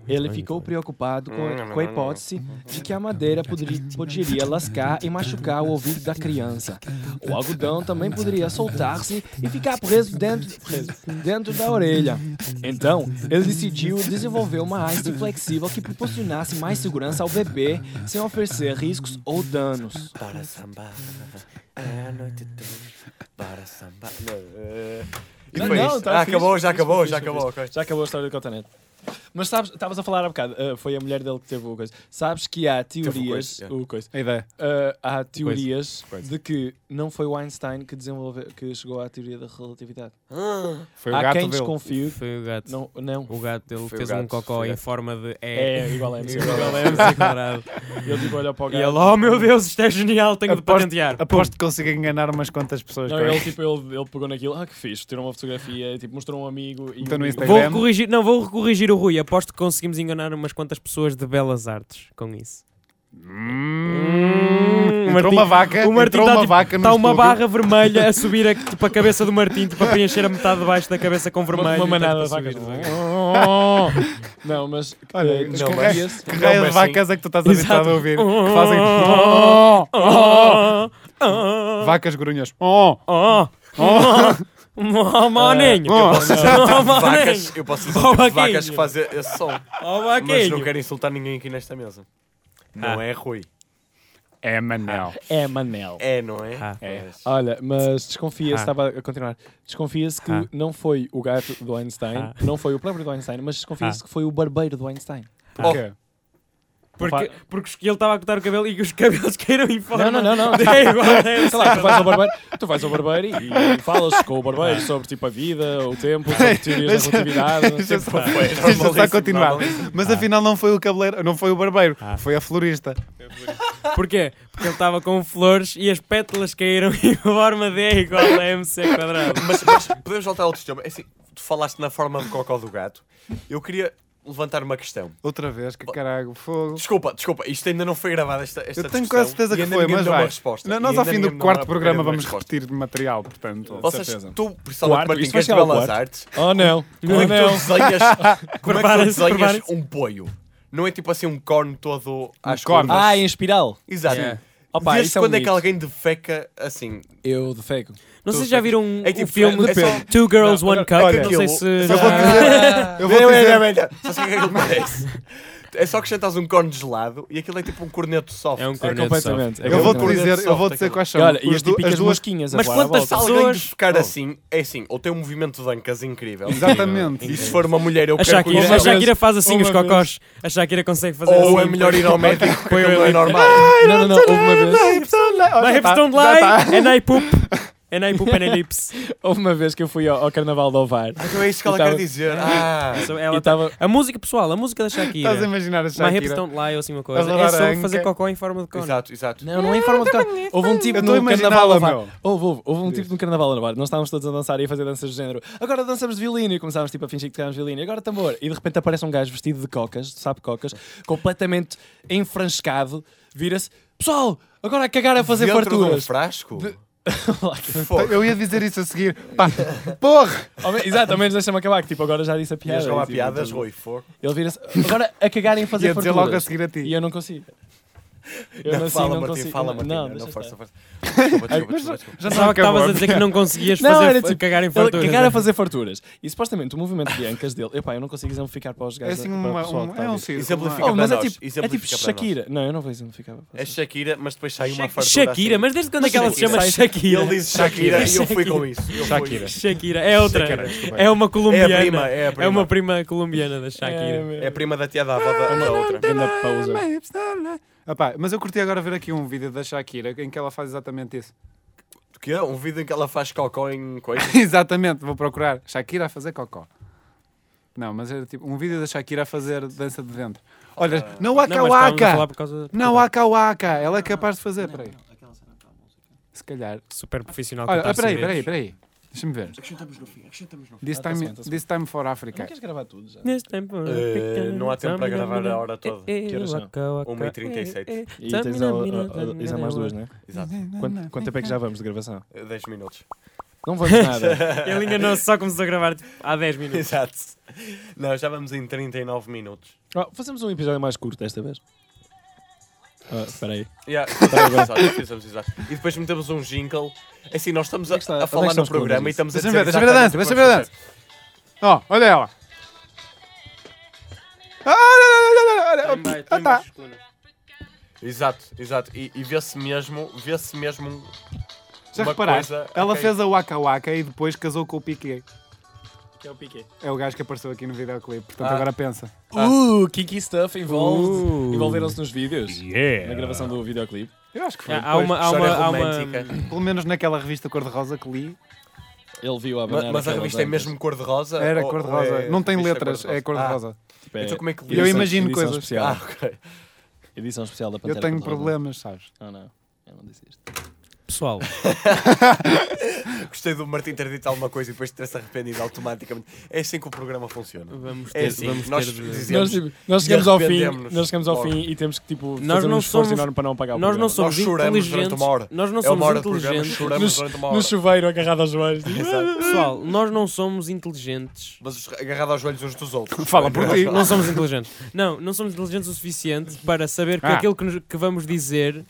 D: Ele ficou preocupado com
B: Hum,
D: a, com a hipótese de que a madeira poderi- poderia lascar e machucar o ouvido da criança. O algodão também poderia soltar-se e ficar preso dentro, preso dentro da orelha. Então, ele decidiu desenvolver uma haste flexível que proporcionasse mais segurança ao bebê sem oferecer riscos ou danos.
B: Para É, samba. A noite toda. Para samba. Não, eh, E foi isto.
D: tá
B: Ah,
D: fixe,
B: acabou, já
D: fixe,
B: acabou,
D: fixe,
B: já
D: fixe.
B: acabou, ok.
D: Já acabou a história do Cotonete. Mas sabes, estavas a falar há bocado, ah, foi a mulher dele que teve o coisa. Sabes que há
B: o
D: teorias,
B: coisa, yeah.
D: o coisa.
E: A ideia.
D: Ah, há teorias
B: coisa.
D: de que não foi o Einstein que desenvolveu, que chegou à teoria da relatividade.
B: Ah.
E: Foi o
D: há
E: gato
D: quem
E: dele.
D: desconfie,
C: Foi o gato.
D: não, não.
C: O gato dele
B: Foi o
C: fez
B: gato,
C: um cocó
B: foi o
C: em
B: gato.
C: forma de
D: É,
C: E.
D: igual a MC.
C: Igual a MC quadrado.
D: Ele tipo olhou para o
C: E
D: gato.
C: ele, oh meu Deus, isto é genial, tenho de
E: Aposto-
C: patentear.
E: Aposto que consigo enganar umas quantas pessoas.
D: Não,
E: com
D: ele,
E: isto.
D: tipo, ele, ele pegou naquilo, ah que fixe, tirou uma fotografia, tipo, mostrou a um amigo e
E: Então no
D: o amigo-
E: Instagram.
C: Vou
E: Graham.
C: corrigir, não, vou corrigir o Rui. Aposto que conseguimos enganar umas quantas pessoas de belas artes com isso.
E: Hum,
C: o
E: entrou
C: Martim-
E: uma vaca,
C: o Martim
E: entrou
C: tá,
E: uma
C: tipo,
E: vaca no
C: Está uma
E: estúdio.
C: barra vermelha a subir a, tipo, a cabeça do Martim, tipo, a preencher a metade de baixo da cabeça com
D: Uma-
C: vermelho.
D: uma manada
C: e tá, tipo, a
D: de
C: subir.
D: vacas. Não, mas
E: Olha,
D: eh,
E: não,
D: desconfia-se-
B: mas-
E: Que raio de
B: mas sim.
E: vacas é que tu estás habituado a ouvir? Que fazem
C: Oh, oh, oh,
E: vacas grunhas. Oh,
C: oh, oh, maninho.
E: Oh.
C: Oh, maninho.
B: Vacas, eu posso dizer tipo
C: Oh,
B: de
C: vaquinho.
B: vacas que fazem esse som. Mas
C: Oh,
B: não
C: vaquinho.
B: quero insultar ninguém aqui nesta mesa. Não é Rui.
E: é Manel.
D: é Manel.
B: É, não é?
C: Ah.
B: É.
D: Olha, mas desconfia-se,
C: Ah.
D: estava a continuar. Desconfia-se que
C: Ah.
D: não foi o gato do Einstein,
C: Ah.
D: não foi o próprio do Einstein, mas desconfia-se que foi o barbeiro do Einstein.
E: Porquê?
C: Porque, porque ele estava a cortar o cabelo e os cabelos caíram em forma.
D: Não, não, não, não.
C: É igual, é
D: Sei lá, tu vais ao barbeiro, tu vais ao barbeiro e, e falas com o barbeiro sobre tipo a vida, o tempo, sobre teorias da relatividade.
E: Deixa só- Deixa só continuar. Mas afinal não foi o cabeleireiro, não foi o barbeiro,
C: Ah.
E: foi a florista.
C: Porquê? Porque ele estava com flores e as pétalas caíram em forma de E igual a MC quadrado.
B: Oh, Mas, mas podemos voltar a outro tema. É Assim, tu falaste na forma de cocó do gato. Eu queria levantar uma questão.
E: Outra vez, que caralho, fogo.
B: Desculpa, desculpa, isto ainda não foi gravado esta, esta
E: Eu tenho
B: discussão
E: quase certeza
B: e
E: que
B: ainda
E: foi,
B: ninguém me
E: mas
B: deu uma
E: vai.
B: resposta.
E: Não,
B: E
E: Nós
B: ainda
E: ao fim
B: ninguém
E: do
B: me deu
E: quarto
B: uma primeira
E: programa vamos
B: resposta.
E: repetir material, portanto.
B: Vocês,
D: certeza.
B: tu, principalmente
D: Quarto,
B: Martim,
D: isto
B: que
D: vai
B: és de
D: chegar ao
B: belas
D: quarto.
B: artes,
D: Oh não, oh
B: como é que tu
D: não.
B: desenhas, como é que tu
C: Preparem-se,
B: desenhas
C: preparem-se.
B: um poio? Não é tipo assim um corno todo às
E: corno.
B: curvas?
D: Ah, em espiral.
B: Exato.
C: Yeah.
D: Opa,
B: Desde
D: isso é um
B: quando é que
D: mito.
B: alguém defeca assim?
D: Eu defeco.
C: Não sei se já viram
B: É
C: o
B: tipo,
C: filme
B: é- é só-
C: Two Girls,
D: Não,
C: One
D: olha,
C: Cup.
E: olha,
C: não sei
B: aquilo-
C: se.
E: Eu vou
C: já-
E: dizer, eu vou
B: Não,
E: dizer,
B: é, é, é. Só sei o que é que acontece. É só acrescentas um corno gelado e aquilo é tipo um corneto soft.
C: É um
D: É
C: corneto
D: completamente.
B: É
E: eu vou te
B: completamente
E: dizer, eu
B: soft
E: vou dizer
B: aquilo.
E: quais são
D: Olha, e
E: os
D: as
E: du-
D: típicas
E: as duas
D: mosquinhas
C: Mas
D: agora à
C: quantas
D: volta.
B: Se alguém
C: Pessoas-
B: defecar assim, é assim, ou tem um movimento de ancas incrível.
E: Exatamente.
B: E se for uma mulher, eu
C: A
B: quero
C: Shakira,
B: conhecer.
C: a Shakira faz assim
D: Uma
C: os cocós. A Shakira consegue fazer assim.
B: Ou é melhor ir ao médico porque
C: Põe o
B: aquilo não é
C: elenco.
B: normal.
D: Não, não, não, houve uma vez.
C: My hips
E: Tá,
C: don't lie, and I poop. And I poop and I lips.
D: Houve uma vez que eu fui ao, ao carnaval de Ovar
B: Então é isso que ela
D: E tava-
B: quer dizer. Ah,
C: So
D: e
C: ela tá-
D: estava.
C: A música, pessoal, a música da
E: Estás a
C: Shakira.
E: imaginar né? a
C: My hips
E: Shakira?
C: don't lie ou assim uma coisa.
E: Adorar
C: É sobre
E: a
C: fazer
E: anca.
C: cocó em forma de cone.
B: exato, exato.
D: Não, não é em forma de carnaval. Houve um tipo
E: Eu estou a
D: no carnaval
E: imaginá-la,
D: de Ovar.
E: meu.
D: Houve, houve, houve um tipo no carnaval de Ovar. Nós estávamos todos a dançar e a fazer danças do género. Agora dançamos de violino e começámos tipo, a fingir que tocámos violino. E agora tambor. E de repente aparece um gajo vestido de cocas, de sapo cocas, completamente enfrascado. Vira-se: Pessoal, agora a cagar a fazer
B: Dentro de um
D: farturas.
B: frasco?
E: Pô, Eu ia dizer isso a seguir. Pá, porra!
D: Ao me- Exato, ao menos deixa-me acabar. Que tipo, agora já disse a piada.
B: Piadas, não há
D: Tipo,
B: piadas, Rui, fogo.
D: Ele vira-se: Agora a cagar em fazer
E: Ia dizer
D: farturas.
E: logo a seguir a ti.
D: E eu não consigo. Eu
B: Não,
D: nasci,
B: fala,
D: não
B: Martim,
D: consigo.
B: fala, Martim.
D: Não,
B: Não,
D: deixa
B: não,
D: estar.
B: força, força. Desculpa, desculpa, desculpa, desculpa.
E: Já
C: Pensava que estavas a dizer que não conseguias fazer,
D: Não, era tipo-
C: cagar em é?
D: Ele
C: farturas.
D: cagar
B: né?
D: a fazer farturas. E supostamente o movimento de ancas dele. Epá, eu não consigo exemplificar para os
E: É
D: gajos.
E: assim
D: para o
E: uma,
D: pessoal que
E: um,
B: tá
D: está a
E: é um
D: ouvir.
E: círculo.
B: Exemplo
E: não é?
B: fica
D: Oh, mas
B: para
D: é
B: nós,
D: tipo, é tipo
B: exemplifica para nós.
D: Shakira. Não, eu não vou exemplificar. para
B: É
D: vocês.
B: Shakira, mas depois sai uma fartura.
C: Shakira,
B: assim.
C: mas desde quando é que ela se
B: Shakira,
C: chama
B: E ele
C: Shakira?
B: diz Shakira e eu fui
C: Shakira.
B: com isso. Eu fui.
E: Shakira.
C: Shakira, é outra.
B: Shakira, desculpa.
C: É uma colombiana.
B: É a prima, é a prima.
C: uma prima colombiana da Shakira.
B: É a prima da tia da avó da, da outra.
D: Ganda pausa.
E: Apá, é mas eu curti agora ver aqui um vídeo da Shakira em que ela faz exatamente isso.
B: Que é um vídeo em que ela faz cocó em coisas.
E: exatamente, vou procurar. Shakira a fazer cocó. Não, mas era tipo um vídeo da Shakira a fazer dança de ventre. Olha, não waka
C: mas estávamos a falar
E: waka!
C: por causa da-
E: Não waka waka! Ela é capaz de fazer, peraí. Se calhar.
C: Super profissional.
E: Olha,
C: cantar
E: ah, peraí,
C: segredos.
E: peraí, peraí. Deixa-me ver. This
D: tá-se
E: time,
D: bem, tá-se
E: this time for Africa.
D: Não queres gravar tudo já?
C: Neste tempo.
B: Eh, não há tempo para gravar a hora toda.
C: eh,
D: Que horas são?
B: 1h37.
D: E tens, a, a, a, tens a mais duas, não é?
B: Exato.
D: Quanto, quanto tempo é que já vamos de gravação?
B: 10 minutos.
D: Não vamos nada.
C: Ele enganou-se, só começou a gravar tipo, há 10 minutos.
B: Exato. Não, já vamos em 39 minutos.
D: Oh, fazemos um episódio mais curto desta vez. Ah, Espera aí.
B: Yeah.
E: Tá,
B: exato, fizemos, exato. E depois metemos um jingle. Assim, nós estamos a,
D: Onde é que está-
B: a falar
D: onde é que estão
B: no
D: os
B: programa e
D: comandos?
B: estamos a
E: Deixa-me ver,
B: dizer.
E: deixa-me ver a
B: exatamente
E: dança,
B: o que
E: deixa-me ver a
B: vamos
E: dança. Ó, olha ela.
B: É
E: Ah, olha, olha, olha, olha, olha. Ah, tá.
B: fazer. Exato, exato. E, e vê-se mesmo, vê-se mesmo.
E: Já
B: uma
E: reparaste?
B: coisa-
E: Ela
B: ok.
E: fez a Waka Waka e depois casou com o Piquet.
D: Que é o Piqué.
E: É o gajo que apareceu aqui no videoclipe, portanto agora pensa.
B: Ah.
D: Uh, kinky stuff involved.
E: Uh.
D: Envolveram-se nos vídeos.
F: Yeah.
D: Na gravação do videoclipe.
E: Eu acho que foi.
C: Há há uma. Há uma,
B: História
C: há uma-
B: romântica.
E: Pelo menos naquela revista cor-de-rosa que li,
D: Ele viu a
B: Ma-
D: banana.
B: Mas a revista é mesmo cor-de-rosa?
E: era
B: ou-
E: cor-de-rosa.
B: ou é-
E: Não tem
B: revista
E: letras, é
B: cor-de-rosa.
E: cor-de-rosa.
B: Ah, então como é que
E: Eu
B: lidas?
E: imagino
D: edição
E: coisas.
D: Especial,
B: Ah, ok.
D: Edição especial da
E: Eu
D: Pantera
E: tenho
D: Cor-de-Rosa.
E: problemas, sabes?
D: Oh, não. Eu não disse isto.
C: Pessoal,
B: Gostei do Martim ter dito alguma coisa e depois ter-se arrependido automaticamente. É assim que o programa funciona.
C: vamos ter.
B: É assim,
C: vamos
B: nós
C: ter de-
D: Nós,
B: dizemos.
D: tipo, nós
B: e
D: chegamos ao fim,
B: arrependemos-nos
D: nós chegamos ao
B: logo.
D: fim e temos que tipo,
C: Nós
D: fazer um
C: não
D: esforço
C: somos-
D: enorme para não pagar o
C: Nós não
D: programa.
C: somos
B: Nós choramos durante
C: inteligentes.
B: uma hora.
C: Nós não
B: É uma
C: somos
B: hora de programa,
C: inteligentes.
B: choramos durante uma hora.
D: No chuveiro agarrado aos joelhos. tipo,
B: Exato.
C: Pessoal, nós não somos inteligentes.
B: Mas os- agarrado aos joelhos uns dos outros. é?
E: Fala por ti.
C: Não somos inteligentes. Não, não somos inteligentes o suficiente para saber que
E: Ah.
C: aquilo que, nos- que vamos dizer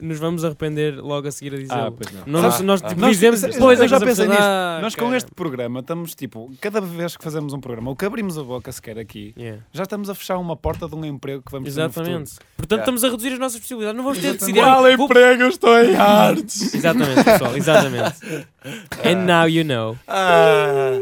C: nos vamos arrepender logo a seguir a dizer.
D: Ah, pois não.
C: Nós, nós tipo,
E: Nós-
C: dizemos
E: eu
C: depois
E: já
C: é que nos
E: pensei
C: apercebemos, ah,
E: Nós com
C: cara.
E: este programa estamos tipo, cada vez que fazemos um programa, ou que abrimos a boca sequer aqui,
C: Yeah.
E: já estamos a fechar uma porta de um emprego que vamos ter no
C: Exatamente.
E: futuro.
C: Portanto,
B: Yeah.
C: estamos a reduzir as nossas possibilidades. Não vamos ter de decidir.
D: Qual
C: vou-
D: emprego eu estou em artes?
C: Exatamente, pessoal, exatamente. And now you know.
B: Ah,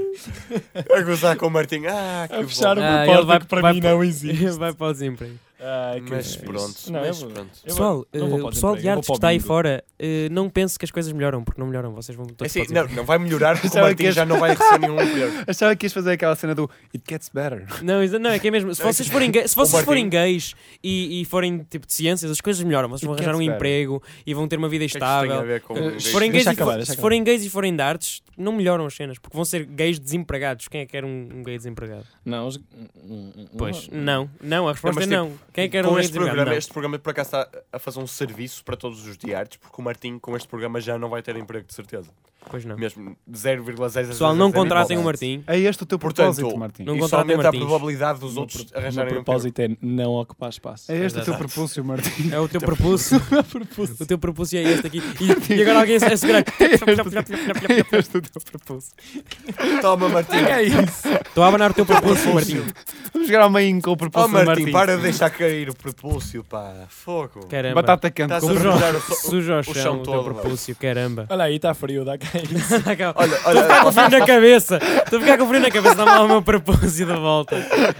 B: a gozar com o Martim. Ah, que
D: A fechar
B: bom.
C: Ah,
D: uma
C: ele
D: porta
C: vai-
D: que para
C: vai
D: mim
C: para-
D: não existe.
C: Vai para o é desemprego.
D: Ah, que
B: Mas
D: fixe.
B: pronto.
D: Não,
B: mas
D: eu vou-
B: pronto.
D: eu vou-
C: Pessoal,
D: não vou
C: eh,
D: para
C: o pessoal de
D: desemprego,
C: artes
D: vou
C: que
D: para
C: está
D: o
C: aí
D: bingo.
C: fora, eh, não pense que as coisas melhoram, porque não melhoram. Vocês vão
B: É
C: todos
B: assim,
C: para
B: não,
C: o desemprego.
B: não vai melhorar porque o
E: Achava
B: Martim
E: que-
B: já não vai receber nenhum emprego.
E: Achava que ias fazer aquela cena do It Gets Better.
C: Não, exa- não, é que é mesmo. Se vocês forem, gay- se vocês
B: Martim.
C: forem gays e, e forem tipo de ciências, as coisas melhoram. Vocês vão
E: E que
C: arranjar um
E: é que se deve?
C: emprego e vão ter uma vida
B: O que é que isto tem a
C: estável.
B: ver com.
D: Eh,
C: Se forem, gays
D: Deixa
C: e fo-
D: acabar, deixa
C: se forem gays e forem de artes, não melhoram as cenas, porque vão ser gays desempregados. Quem é que era um, um gay desempregado?
D: Não, os- hum, hum, hum,
C: Pois, não, não, a resposta
B: mas,
C: é
B: tipo,
C: não. Quem é que era um
B: com
C: gay
B: este
C: desempregado?
B: programa,
C: Não.
B: este programa por acaso está a fazer um serviço para todos os diários, porque o Martim com este programa já não vai ter emprego de certeza.
C: Pois não.
B: Mesmo é 0,0.
C: Pessoal, não contratem o
B: Martim.
C: Martim.
E: É este o teu
B: Portanto,
E: propósito, Martim.
C: não
B: Isso
C: contratem
B: aumenta a
C: Martins.
B: probabilidade dos
D: O meu
B: outros
D: pro-
B: arranjarem um
D: O meu propósito é não ocupar espaço.
E: É este o teu
C: Exato.
E: propósito, Martim.
C: É o teu propulso. o teu propulso é este aqui. E, e agora alguém a segurar.
E: É este o teu propósito.
B: emprego. Toma, Martim.
C: É Estou a abanar o teu propulso, Martim.
E: Vamos jogar ao meio com o
B: Oh,
E: propósito do
B: Martim,
E: Martim.
B: para de deixar cair o prepúcio, pá. Fogo.
C: Caramba.
E: Batata quente
B: Estás
E: com
B: a
C: Tá Sujo.
B: arranjar o so-
C: Suja ao
B: chão
C: chão o teu
B: todo,
C: propulso, caramba.
D: Olha aí, está frio, dá cá.
C: Estou
B: Olha, olha,
C: a ficar com o frio na cabeça. Estou a ficar com o frio na cabeça. Dá-me lá o meu propósito da volta.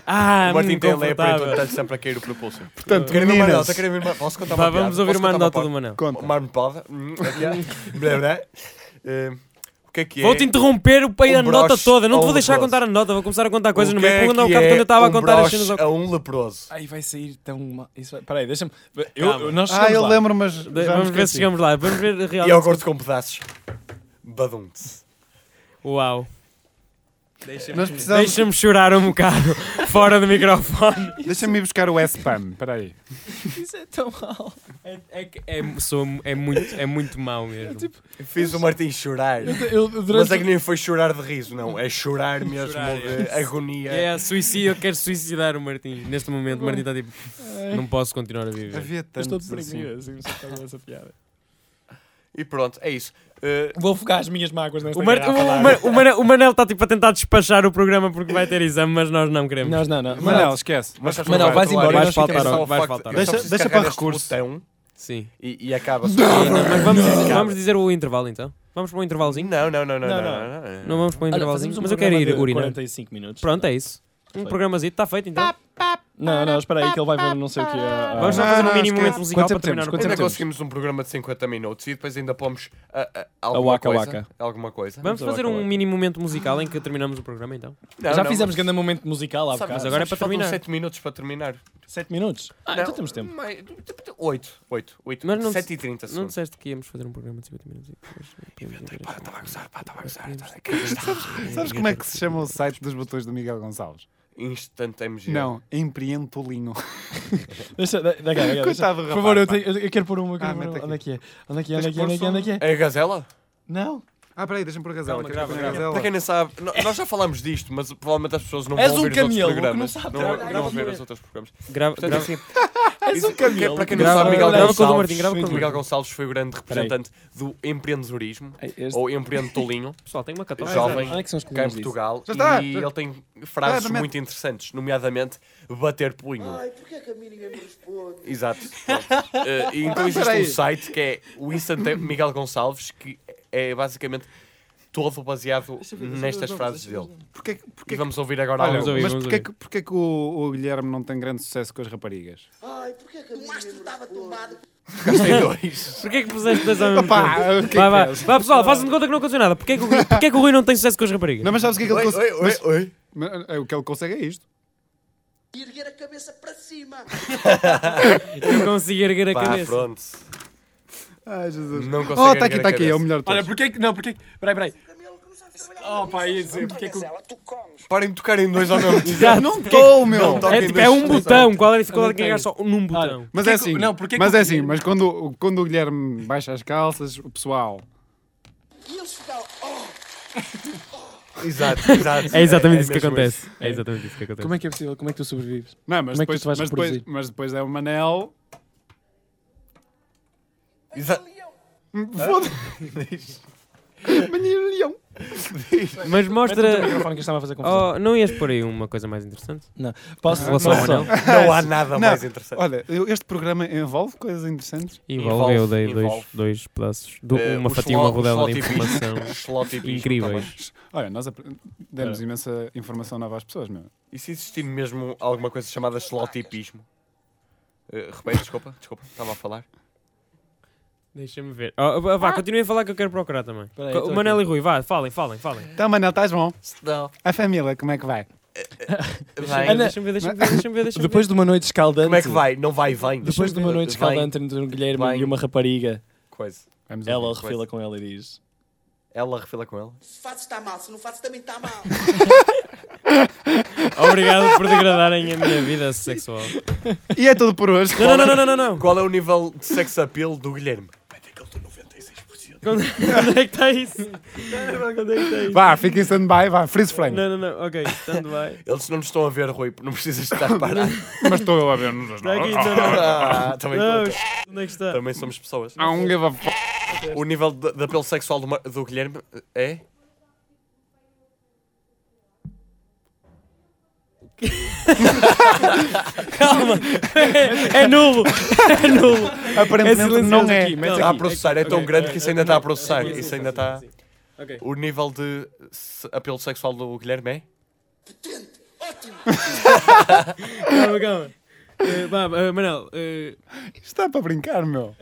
C: Ah,
B: o Martim
C: muito
B: tem lepra e tu
C: confortável.
B: estás sempre a cair o prepúcio.
E: Portanto,
B: Querem uma
E: meninas,
B: nota, querem uma Posso contar uma
C: Vá,
B: piada?
C: vamos ouvir
B: Posso
C: uma
B: contar
C: anota
B: piada?
C: do Manel.
E: conta.
B: Uma pode? Hum, é, blá, blá. Eh, O que é que é?
C: Vou-te interromper o pai
B: Um
C: a nota
B: broche
C: toda. Não te
B: ou
C: vou
B: um
C: deixar
B: broche?
C: contar a nota. Vou começar a contar
B: O
C: coisas no
B: que
C: meio.
B: é
C: Vou contar o
B: que
C: cabo
B: é
C: quando eu estava a
B: um
C: contar as
B: broche
C: cenas ao
B: a um leproso.
D: Ai, vai sair tão mal. Isso vai... Peraí, deixa-me. Eu,
C: Calma.
D: eu- nós
E: Ah,
D: chegamos
E: eu
D: lá.
E: lembro, mas. já me
C: Vamos ver se
E: esqueci.
C: chegamos lá. Vamos ver
B: E ao
C: realmente.
B: gordo com pedaços. Badum-te.
C: Uau.
E: Nós precisamos.
C: Deixa-me chorar um bocado fora do microfone.
E: Deixa-me ir buscar o S-Pan. Espera aí.
D: Isso é tão mal.
C: É, é, que é, sou, é, muito, é muito mau mesmo.
B: Fiz o Martim chorar.
D: Eu,
B: Mas
D: durante...
B: é que nem foi chorar de riso, não. É chorar mesmo
C: Chorar,
B: de agonia.
C: É, suicídio, eu quero suicidar o Martim. Neste momento, o Martim está tipo, não posso continuar a viver.
E: Havia
D: Eu estou
E: tantos assim.
D: deprimido, assim, só por causa dessa piada.
B: E pronto, é isso. Eh,
D: Vou focar as minhas mágoas nesta
C: O, Mar-
D: garrafa
C: o-
D: lá.
C: o Mar- o Manel- o Manel está tipo a tentar despachar o programa porque vai ter exame, mas nós não queremos.
D: Nós não, não.
E: Manel, esquece.
B: mas sabes
D: Mas
B: qual
D: não,
B: é?
D: vais
B: Tu
D: embora,
B: olhas,
D: vais faltar
B: é só
C: ao-
B: o
C: vais
B: facto-
C: faltar ao-
B: eu só
E: Deixa-
B: preciso
E: deixa
B: carregar
E: para
B: este
E: recursos.
B: botão
C: Sim.
B: E, e acaba-se.
C: E não- mas vamos, vamos dizer o intervalo então. Vamos para o intervalozinho?
B: assim. Não, não, não, não, não.
D: Não, não.
B: não, não.
C: Não vamos para o
D: Olha,
C: intervalozinho,
D: fazemos um
C: mas eu quero
D: programa
C: ir
D: de
C: urinar.
D: 45 minutos.
C: Pronto, é isso. Um programazinho, está feito então.
D: Não, não, espera aí que ele vai ver não sei o que é.
C: Vamos só
E: Não,
C: fazer um
E: não,
C: mini
E: Ah, esquece.
C: momento musical
D: Quanto tempo
C: para
D: temos?
C: terminar o
D: Quanto
B: Ainda
C: programa.
D: tempo temos?
B: conseguimos um programa de 50 minutos e depois ainda pomos a, a, alguma
D: waka
B: coisa.
D: waka.
B: Alguma coisa.
C: Vamos
D: Vamos
C: fazer
D: acabar
C: um
D: aqui.
C: mini momento musical em que terminamos o programa então.
B: Não,
D: Já
B: não,
D: fizemos grande momento musical há bocado.
C: mas agora é para terminar.
B: 7 minutos para terminar.
D: 7 minutos. Ah,
B: Não,
D: então temos tempo.
B: mas- 8, 8, 8.
C: Mas não-
B: 7 e 30
C: Não
B: segundos.
C: disseste que íamos fazer um programa de 50 minutos e depois.
B: Pá, estava a gozar, pá, estava a gozar.
E: Sabes como é que se chama o site dos botões do Miguel Gonçalves?
B: Instante MG.
E: Não, empreendo Tolinho.
D: Deixa, dá, dá cá, dá cá, deixa.
E: Coitado do
D: Por
E: rapaz.
D: favor, eu,
E: pá.
D: tenho- eu- eu quero pôr uma. eu quero
E: Ah,
D: pôr uma.
E: mete
D: Onde é que é? Onde é que é? Onde é
E: Tens
D: que é? Onde é que é? Onde é que é?
B: É a gazela?
D: Não.
E: Ah, peraí, deixa-me pôr a gazela.
C: Calma,
E: quero
C: grava,
E: pôr a
C: grava.
E: gazela.
B: Para quem não sabe, no- nós já falámos disto, mas provavelmente as pessoas não
D: És
B: vão
D: um
B: ouvir os
D: camelo
B: outros
D: que
B: programas.
D: não sabe
B: não,
D: trabalhar.
B: vão ver os outros programas.
C: Grava,
B: Portanto,
C: grava-
B: assim,
D: És
B: isso- é
D: um camelo.
B: para quem não
C: Grava-
B: sabe, Miguel
C: grava com o do
B: Gonçalves,
C: Martim, grava com o do
B: Miguel Gonçalves foi o grande representante do empreendedorismo,
D: Ai, É este-
B: ou empreendedolinho,
C: Pessoal, tem uma católica.
B: jovem,
D: Onde é que são os
B: cá em
D: colões disso?
B: Portugal,
E: Já está,
B: e
E: já-
B: ele tem frases
E: Claramente.
B: muito interessantes, nomeadamente bater punho.
I: Ai, por que é que a mim ninguém me responde?
B: Exato. pronto. Eh, e então existe
E: peraí.
B: um site que é o Instant Miguel Gonçalves, que é basicamente todo baseado nestas frases dele.
E: Porquê, que-
B: E
E: porquê que
B: vamos ouvir agora
E: Olha,
B: algumas.
C: ouvir,
E: mas
C: vamos
E: porquê,
C: ouvir.
E: que, porquê que o, o Guilherme não tem grande sucesso com as raparigas?
I: Ai, por que é que a minha ninguém me responde?
B: Gastei dois.
C: Porquê é que puseste dois ao mesmo
E: Pá,
C: tempo?
E: o que é que
C: Vai, vai.
E: és?
C: Vai, pessoal, façam de conta que não aconteceu nada. Porquê que, o Rui- porquê que o Rui não tem sucesso com as raparigas?
E: Não, mas sabes o que é que ele consegue?
B: oi, oi.
E: Mas, é, O que ele consegue é isto.
I: Erguer a cabeça para cima.
C: Não consigo erguer a
E: é
B: Pá,
C: cabeça.
B: pronto.
E: Ai, Jesus.
B: Não consigo
E: Oh, está
B: erguer
E: aqui,
B: a
E: está aqui, é
B: cabeça.
E: o melhor de todos.
D: Olha, porquê que. Não, porquê que. Peraí, peraí. Oh, pá, ia dizer. Porquê que.
B: Parem de tocarem dois ao mesmo tempo.
C: Exato.
E: não estou, meu!
B: toca
C: É
B: em
C: tipo,
B: dois
C: é um
B: botões.
C: botão. Qual é a dificuldade de
D: Eu não
C: carregar só num botão?
E: Mas
D: Porquê
E: é
D: que o-
E: assim,
D: não, porquê que
E: mas
D: o
E: é assim,
D: Guilherme-
E: mas quando, o- quando o Guilherme baixa as calças, o pessoal.
I: E eles ficavam. Oh,
B: Exato, exato.
C: É exatamente isso que
B: mesmo
C: acontece. É exatamente isso que acontece.
D: Como é que é possível? Como é que tu sobrevives?
E: Não,
D: Como
E: mas
D: é que
E: depois,
D: tu vais
E: mas, depois,
D: reproduzir?
E: mas depois é o Manel.
B: Exa-
I: leão.
E: Manel Leão!
C: Mas
D: O
C: mostra.
D: microfone que eu estava a fazer confusão.
C: Oh, não ias pôr aí uma coisa mais interessante?
D: Não. Posso.
C: Relação ao
D: posso-
C: anel?
B: Não há nada mais interessante.
E: Olha, eu- este programa envolve coisas interessantes.
C: Envolve, eu dei
B: envolve.
C: dois, dois pedaços. do-
B: Eh,
C: uma
B: o
C: fatia, uma
B: slot- o tá
C: rodela de
B: slot hibisco.
C: informação.
B: Slot hibisco
C: Incríveis.
B: também.
E: Olha, nós apre- demos imensa informação nova às pessoas, meu.
B: E se existir mesmo alguma coisa chamada slotipismo? Eh, repete, desculpa, desculpa, estava a falar.
C: Deixa-me ver. Oh, vá, vá, continuem a falar que eu quero procurar também.
D: Peraí,
C: Co-
D: tô
C: Manel
D: aqui.
C: e Rui, vá, falem, falem, falem.
E: Então, Manel, estás bom?
B: Não,
E: A família, como é que vai?
B: vai.
D: Ana,
C: Deixa-me ver, deixa-me ver, deixa-me ver. Deixa
D: Depois de uma noite escaldante.
B: Como é que vai? Não vai, vem.
D: Depois de uma noite
B: Vem.
D: escaldante entre um Guilherme
B: Vem.
D: e uma rapariga,
B: Coisa.
E: Vamos ouvir.
D: ela
B: coisa.
D: refila com ela e diz:
B: Ela refila com ela.
I: Se fazes está mal, se não fazes também está mal.
C: Obrigado por degradarem a minha vida sexual.
E: E é tudo por hoje.
C: Não, não, não, não, não, não.
B: Qual é o nível de sex appeal do Guilherme?
C: Quando quando é que está isso? Quando é que está isso?
E: Vá, fiquem em stand-by, vá, freeze frame.
C: Não, não, não, ok, estando bem.
B: Eles não nos estão a ver, Rui, não precisas estar parado.
E: Mas estou eu a ver nos dois
C: Está aqui, não, é. não, não.
B: Ah, também,
C: Não,
B: conta.
C: onde é que está?
B: também somos pessoas.
E: Há um give a f-
B: O nível de, de apelo sexual do, Mar- do Guilherme é.
C: Calma, é, é nulo, é nulo.
E: Aparentemente
C: silencioso
E: não é.
C: aqui, mete
B: Está a
C: aqui.
B: processar, é tão grande que isso ainda está a processar. Isso ainda está.
C: Ok.
B: O nível de se- apelo sexual do Guilherme é.
I: Potente, ótimo.
C: Calma, calma. Eh, vá, eh, Manel, eh,
E: Está para brincar, meu.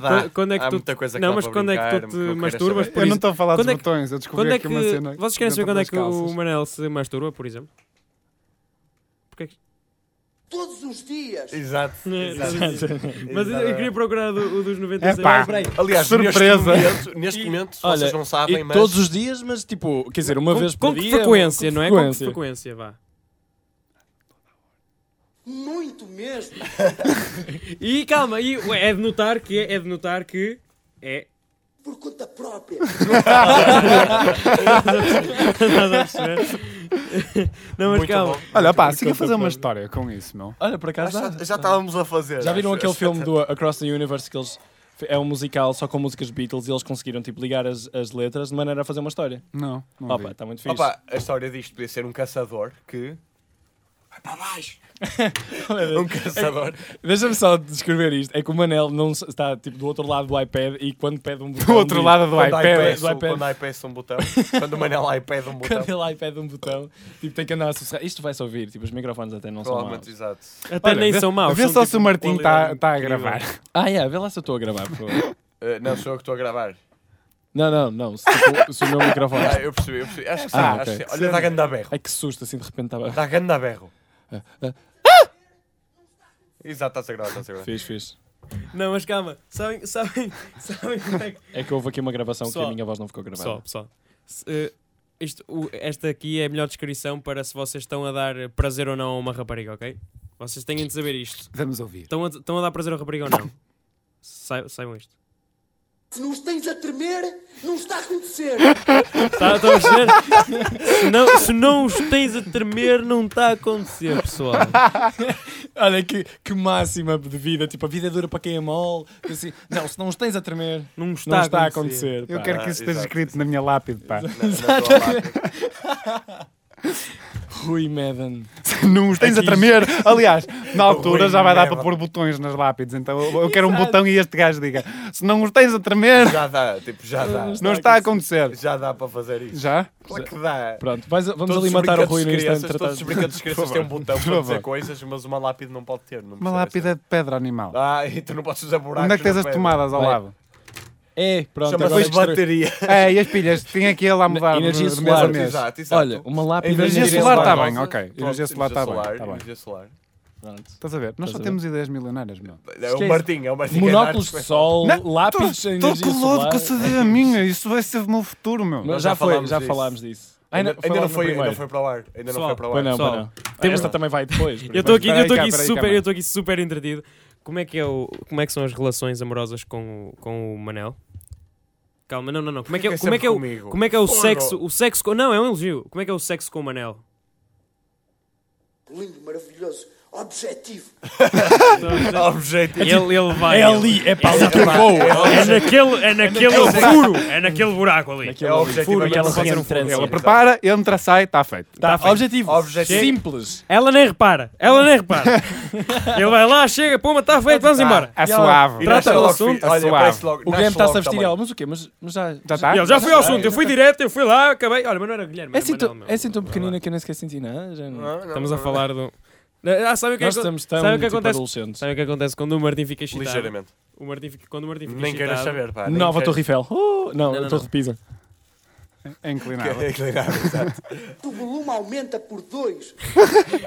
B: Dá.
C: Qu- quando é que
B: Há
C: tu-
B: muita coisa que
C: Não,
B: dá
C: mas
B: para
C: quando é que tu
B: brincar,
C: te
B: não quero
C: masturbas?
B: saber.
C: Por
E: eu não
C: isso-
E: estou a falar dos
C: quando é que-
E: botões, eu descobri
C: quando é
E: aqui
C: que.
E: uma cena.
C: Vocês querem saber
E: dentro
C: quando é
E: das
C: que o
E: calças.
C: Manel se masturba, por exemplo? Porquê é que.
I: Todos os dias.
B: Exato.
C: Mas eu, eu queria procurar do- o dos 96.
E: Epá.
B: Aliás,
E: Que surpresa.
B: neste momento, neste momento vocês não sabem,
D: e
B: mas.
D: Todos os dias, mas tipo, quer dizer, uma
C: Com,
D: vez por
C: com que
D: dia.
C: frequência,
D: com
C: não é? Com que
D: frequência.
C: frequência, vá.
I: Muito mesmo.
C: E calma, e, ué, é de notar que é, é de notar que é.
I: Por conta própria.
C: Nada É, a perceber. Não, mas
B: Muito
C: calma.
B: bom. Ah,
E: Olha, pá, siga a fazer uma história com isso, meu.
D: Olha, por acaso. dá.
B: Já, já estávamos a fazer.
D: Já viram aquele filme do Across the Universe que eles. É um musical só com músicas Beatles e eles conseguiram tipo, ligar as, as letras de maneira a fazer uma história.
E: Não, não
D: Opa,
E: vi.
D: está muito fixe.
B: Opa, a história disto podia ser um caçador que. Vai para baixo! um caçador.
D: Deixa-me só descrever isto. É que o Manel não se- está tipo, do outro lado do iPad e quando pede um botão.
E: Do outro
D: diz-
E: lado do
B: Quando
E: Tá iPad.
B: iPad,
D: do iPad.
B: Quando iPad um botão. Quando o Manel iPad um botão.
D: Quando ele iPad um botão, tipo, tem que andar a sussurrar. Isto vai-se ouvir, tipo, os microfones até não são maus.
B: Provavelmente, exato.
C: Até
E: Olha,
C: nem
E: vê-
C: são maus.
E: Vê
C: são
E: só
C: tipo
E: se o Martim
C: qualidade
E: está tá a
C: incrível.
E: gravar.
D: Ah, é, vê lá se eu estou a gravar, por favor.
B: Uh, não, sou eu que estou a gravar.
D: Não, não, não. Se, tipo, se o meu microfone.
B: Ah, eu percebi, eu percebi. Acho que sim.
D: Ah,
B: acho
D: ok.
B: que sim. Olha, dá ganda berro.
D: Ai que susto, assim de repente estava.
B: Dá ganda berro. Exato, está-se a gravar, está-se a gravar.
D: Fiz, fiz.
C: Não, mas calma. Sabem, sabem, sabem como é que.
D: É que houve aqui uma gravação que
C: Pessoal.
D: a minha voz não ficou gravada.
C: Pessoal, pessoal. se, eh, isto- o- esta aqui é a melhor descrição para se vocês estão a dar prazer ou não a uma rapariga, ok? Vocês têm de saber isto.
E: Vamos ouvir.
C: Estão a, estão a dar prazer a uma rapariga ou não? Sai- saibam isto.
I: Se não os tens a tremer, não está a acontecer.
C: Tá, estão a perceber? se, não, se não os tens a tremer, não está a acontecer, pessoal.
D: Olha que, que máxima de vida. Tipo, a vida dura para quem é mole. Assim, não, se não os tens a tremer,
C: Não está,
D: não está a acontecer.
E: Eu
D: pá.
E: quero que
B: Ah,
E: isso esteja
B: exato,
E: escrito na minha lápide, pá.
B: Na- na tua lápide.
D: Rui Medan.
E: Não os tens a
D: Aqui-
E: tremer. Aliás, na altura
B: Rui
E: já vai dar
B: Meva.
E: para pôr botões nas lápides. Então eu eu quero um botão e este gajo diga: se não os tens a tremer,
B: Já dá, tipo, já dá.
E: não está a acontecer.
B: Já dá para fazer isso.
E: Já?
B: Claro que dá.
D: Pronto, vais- vamos
B: Todos
D: ali
B: os
D: matar o
B: brinquedos
D: Rui no
B: de crianças,
D: instante.
B: Todos os
D: tratado.
B: brinquedos de crianças têm um botão
E: Por
B: para
E: favor.
B: dizer coisas, mas uma lápide não pode ter. Não
E: Uma
B: percebes?
E: lápide é de pedra animal.
B: Ah, e tu não podes usar buracos.
E: Onde é que tens
B: na
E: as
B: pedra.
E: tomadas ao
D: Vai.
E: lado?
D: É, pronto, agora é
B: Chama-se
D: que estou-
B: bateria.
E: É, e as pilhas? Tinha que ele a mudar de
D: Energia
E: de mês a
D: solar.
E: mês.
B: Exato, exato.
D: é- Olha, uma lápide
E: energia
D: de
E: solar tá
D: rosa.
E: bem, ok.
B: Pronto,
E: Energia solar tá bem,
B: solar,
E: tá bem.
B: Energia solar.
D: Pronto.
E: Estás a ver? Nós só
D: Estás a
E: temos ideias milionárias, meu.
B: É o
D: Esquece.
B: Martim, é o Martim.
D: Monóculos
B: Canardes,
D: de sol, lápis,
E: Estou
D: energia
E: colado
D: solar.
E: com essa ideia minha. Isso vai ser o meu futuro, meu.
D: Mas
B: Nós
D: já,
B: já
D: foi,
B: falámos
D: já
B: disso.
D: falámos disso.
B: Ainda, ainda não
D: falámos no
B: foi, ainda
D: primeiro.
B: não foi para o ar. Ainda não
C: Pessoal,
B: foi para o
D: Pois
B: ar.
D: não,
C: Pessoal,
D: pois não.
C: temos-
D: Esta também vai depois.
C: Eu estou aqui,
E: Peraí,
C: eu tô
E: cá,
C: aqui
E: peraí,
C: super,
E: calma.
C: eu tô aqui super entretido. Como é que é o, como é que são as relações amorosas com o, com o Manel? Calma, não, não, não. Como é que é, como é que é o,
B: comigo?
C: como é que é o
B: Porra.
C: sexo, o sexo com, não, é um elogio. Como é que é o sexo com o Manel?
I: Lindo, maravilhoso, objetivo.
B: Objetivo.
C: Ele, ele vai.
D: É
C: ele-
D: ali, é para ali que eu
C: É naquele, é naquele furo, é naquele buraco ali.
B: É o objetivo.
D: Furo, aquela
B: Não pode ser um
D: rede de trânsito.
B: furo.
E: Ela prepara, entra, sai, está feito.
D: Tá, objetivo.
B: Objetivo.
D: Simples.
C: Ela nem repara, ela nem repara. ele vai lá, chega, puma, está feito, vamos embora.
E: É
D: E ela-
E: suave.
B: E
C: Trata
B: nasce
C: do
B: logo
C: assunto.
B: fi- Olha,
E: Suave.
B: parece logo.
D: O
B: nasce
D: Guilherme está-se
B: logo
D: a vestir
B: também.
D: ela. Mas o quê? Mas, mas já...
E: Já tá? está?
C: E ele já foi ao assunto, eu fui direto, eu fui lá, acabei. Olha, mas não era Guilherme.
D: É
C: era
D: assim tão-
C: Manel, meu.
D: é assim tão pequenina que eu nem sequer senti nada. já não-
C: Estamos a falar do. Ah, sabe o que, é
D: Nós
C: que-
D: estamos tão
C: sabe o que
D: tipo,
C: acontece?
D: adolescentes.
C: Sabe o que acontece quando o Martim fica excitado?
B: Ligeiramente.
C: O Martim fica- quando o Martim fica
B: Nem queiras
C: excitado.
B: saber, pá. nem
D: Nova
B: queiras-
D: Torre Eiffel. Uh, Não,
C: é não,
D: Torre de Pisa.
E: É inclinado.
B: É inclinado, exato.
I: O volume aumenta por dois.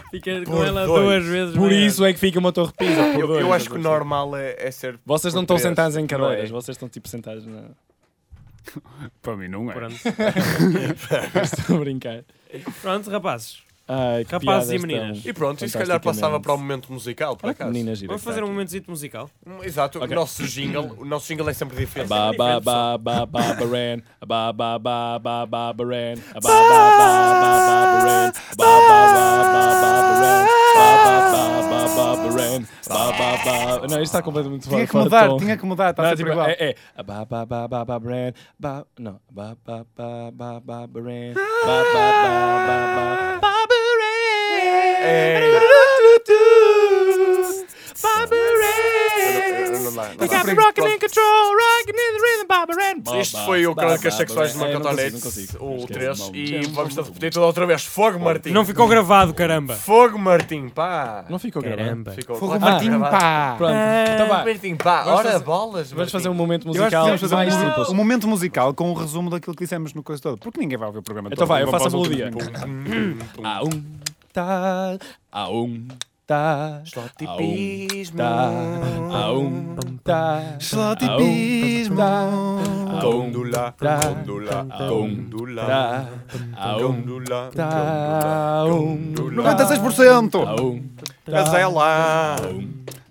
C: Fica com
B: Por
C: ela
B: dois.
C: duas vezes.
D: Por
C: maior.
D: isso é que fica uma Torre de Pisa. por
B: Eu
D: dois,
B: eu acho que o
D: por
B: normal é é ser.
D: Vocês não
B: por
D: estão
B: três.
D: sentados em cadeiras,
B: Não é?
D: vocês estão tipo sentados na.
E: Para mim não é.
C: Pronto.
D: Estou a brincar.
C: Pronto, rapazes.
D: Ai, que
C: Rapazes e
D: piadas
C: meninas.
D: tão-
B: E pronto, e se calhar passava
D: Fantasticamente.
B: para o momento musical, por
D: Olha que tá
B: acaso.
D: Meninas giras.
C: Vamos fazer um momentozito musical.
B: Hum, Exato,
D: Ok.
B: o nosso jingle, o nosso jingle é sempre diferente.
D: Ba ba ba ba ba baran, ba ba ba ba ba baran, ba ba ba ba ba baran, ba ba ba ba ba baran, ba ba ba ba ba baran, ba ba ba. Não, isto está completamente
E: Tinha
D: fora-
E: que
D: fora de
E: mudar,
D: tom.
E: tinha que mudar, está
D: Não,
E: sempre
D: tipo,
E: igual.
D: é, é. Ba ba ba ba ba brand. Ba não. Ba ba ba ba ba brand. Ba ba ba ba ba ba
B: É.
D: brand. Ba
B: Não dá, não dá.
D: got me rocking in control, rocking in the rhythm, Ba brand.
B: Isto foi o Crónicas Sexuais de
D: Oh, É, não consigo,
B: Macatonete,
D: não consigo.
B: o
D: Esquece,
B: 3,
D: maluco.
B: e vamos repetir tudo outra vez. Fogo, Martim!
C: Não ficou gravado, caramba.
B: Fogo, Martim, pá!
D: Não ficou gravando.
C: Caramba.
B: Ficou
E: Fogo
B: claro que
E: Martim,
B: está gravado.
E: pá!
D: Ah, Pronto, então
B: Ah,
D: vá.
B: Martim, pá!
D: Vamos
B: Ora,
D: fazer-
B: bolas,
D: Vamos fazer um
B: Martim.
D: momento
E: Eu acho que
D: musical
E: devíamos fazer
D: mais
E: um, um
D: simples.
E: momento musical com um resumo daquilo que dissemos no coisa toda. Porque ninguém vai ouvir o programa
D: Então
E: todo.
D: vai, eu
E: Vão
D: faço a
E: para os
D: melodia.
E: últimos minutos.
D: A um tá, a um tá, a um
B: Slotipismo.
D: tá, a um tá,
E: Slotipismo.
D: a um
B: Gôndula,
D: Tá.
B: gôndula, gôndula,
D: tá, a um
B: gôndula,
D: tá, a um
B: gôndula,
E: 96%!
D: a um
B: é gazela.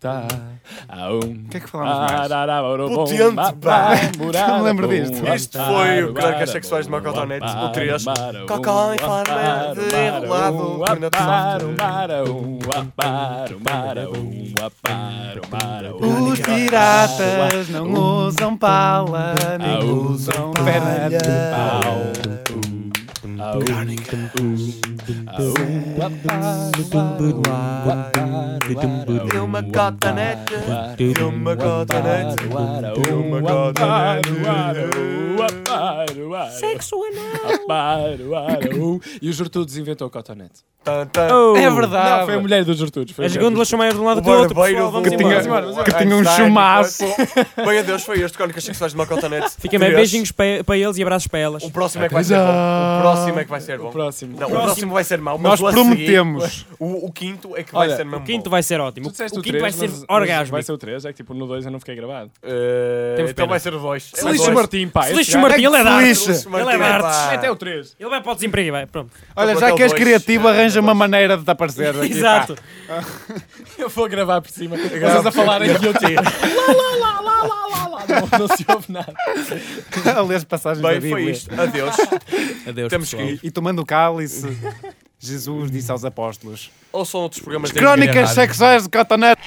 D: tá, a um. O
E: que é que falámos mais?
B: Potente, pá.
E: Eu me lembro disto.
B: Isto foi o Crônicas Sexuais de Macotonete, o 3. Cocó em forma de enrolado, torna de
E: Os piratas não usam pala, nem usam perna de
B: Deu uma cotonete, deu uma cotonete, deu uma
D: Uh,
B: cotonete.
D: Sexo anal. Uh, E o Gertrudes inventou o cotonete.
B: Tan, tan.
C: Oh.
E: É verdade.
D: Não, Ah, foi a mulher do Gertrudes. Foi a
C: As
D: mulher do
C: gôndolas são maiores de um lado
B: O
C: que do outro. pessoal,
B: barbeiro do...
C: vamos
E: que
C: embora.
E: tinha- que tinha um
B: Einstein,
E: chumaço.
B: pô. Bem, adeus, foi este Crónicas Sexuais de Macotonete.
C: Fiquem bem,
B: Três.
C: beijinhos para para eles e abraços para elas.
B: O próximo é que vai ser bom. O próximo é que vai ser bom.
D: próximo.
B: Não, o próximo vai ser mau, mas
E: Nós
B: o a seguir-
E: prometemos.
B: O, o quinto é que vai
D: Olha,
B: ser mesmo
C: O quinto
B: bom.
C: vai ser ótimo.
D: Tu disseste
C: O
D: o é
C: quinto vai
D: três,
C: ser
D: mas- mas
C: orgasmo.
D: Vai ser o 3, é que tipo no 2 eu não fiquei gravado.
B: Eh,
C: Temos
B: então
C: pena.
B: vai ser o dois.
D: Se
B: É
D: lixe
B: dois.
D: o Martim, pá.
C: Se
D: este
C: lixa o
D: gajo-
C: Martim, ele é
E: Se
C: dardo.
E: lixe.
C: Ele é
B: Martim,
C: dardo.
B: pá.
D: Até o 3.
C: Ele vai para o desemprego e vai. Pronto.
E: Olha,
B: Então,
E: já
B: então,
E: que és
B: dois.
E: criativo, arranja uma
B: Dois.
E: maneira de aparecer aqui.
C: Exato.
D: Eu vou gravar por cima. Vocês a falarem que eu tiro. Lá, lá, lá, lá, lá, lá, lá. Não, não se ouve nada.
E: Pá. A ler as passagens da
B: Bem,
E: Bíblia.
B: foi isto. Adeus.
C: Adeus.
B: Temos que
C: pessoal.
B: ir.
E: E tomando o cálice, Jesus disse aos apóstolos:
B: Ouçam outros programas da
E: Crónicas
B: Igreja.
E: sexuais de cotonete.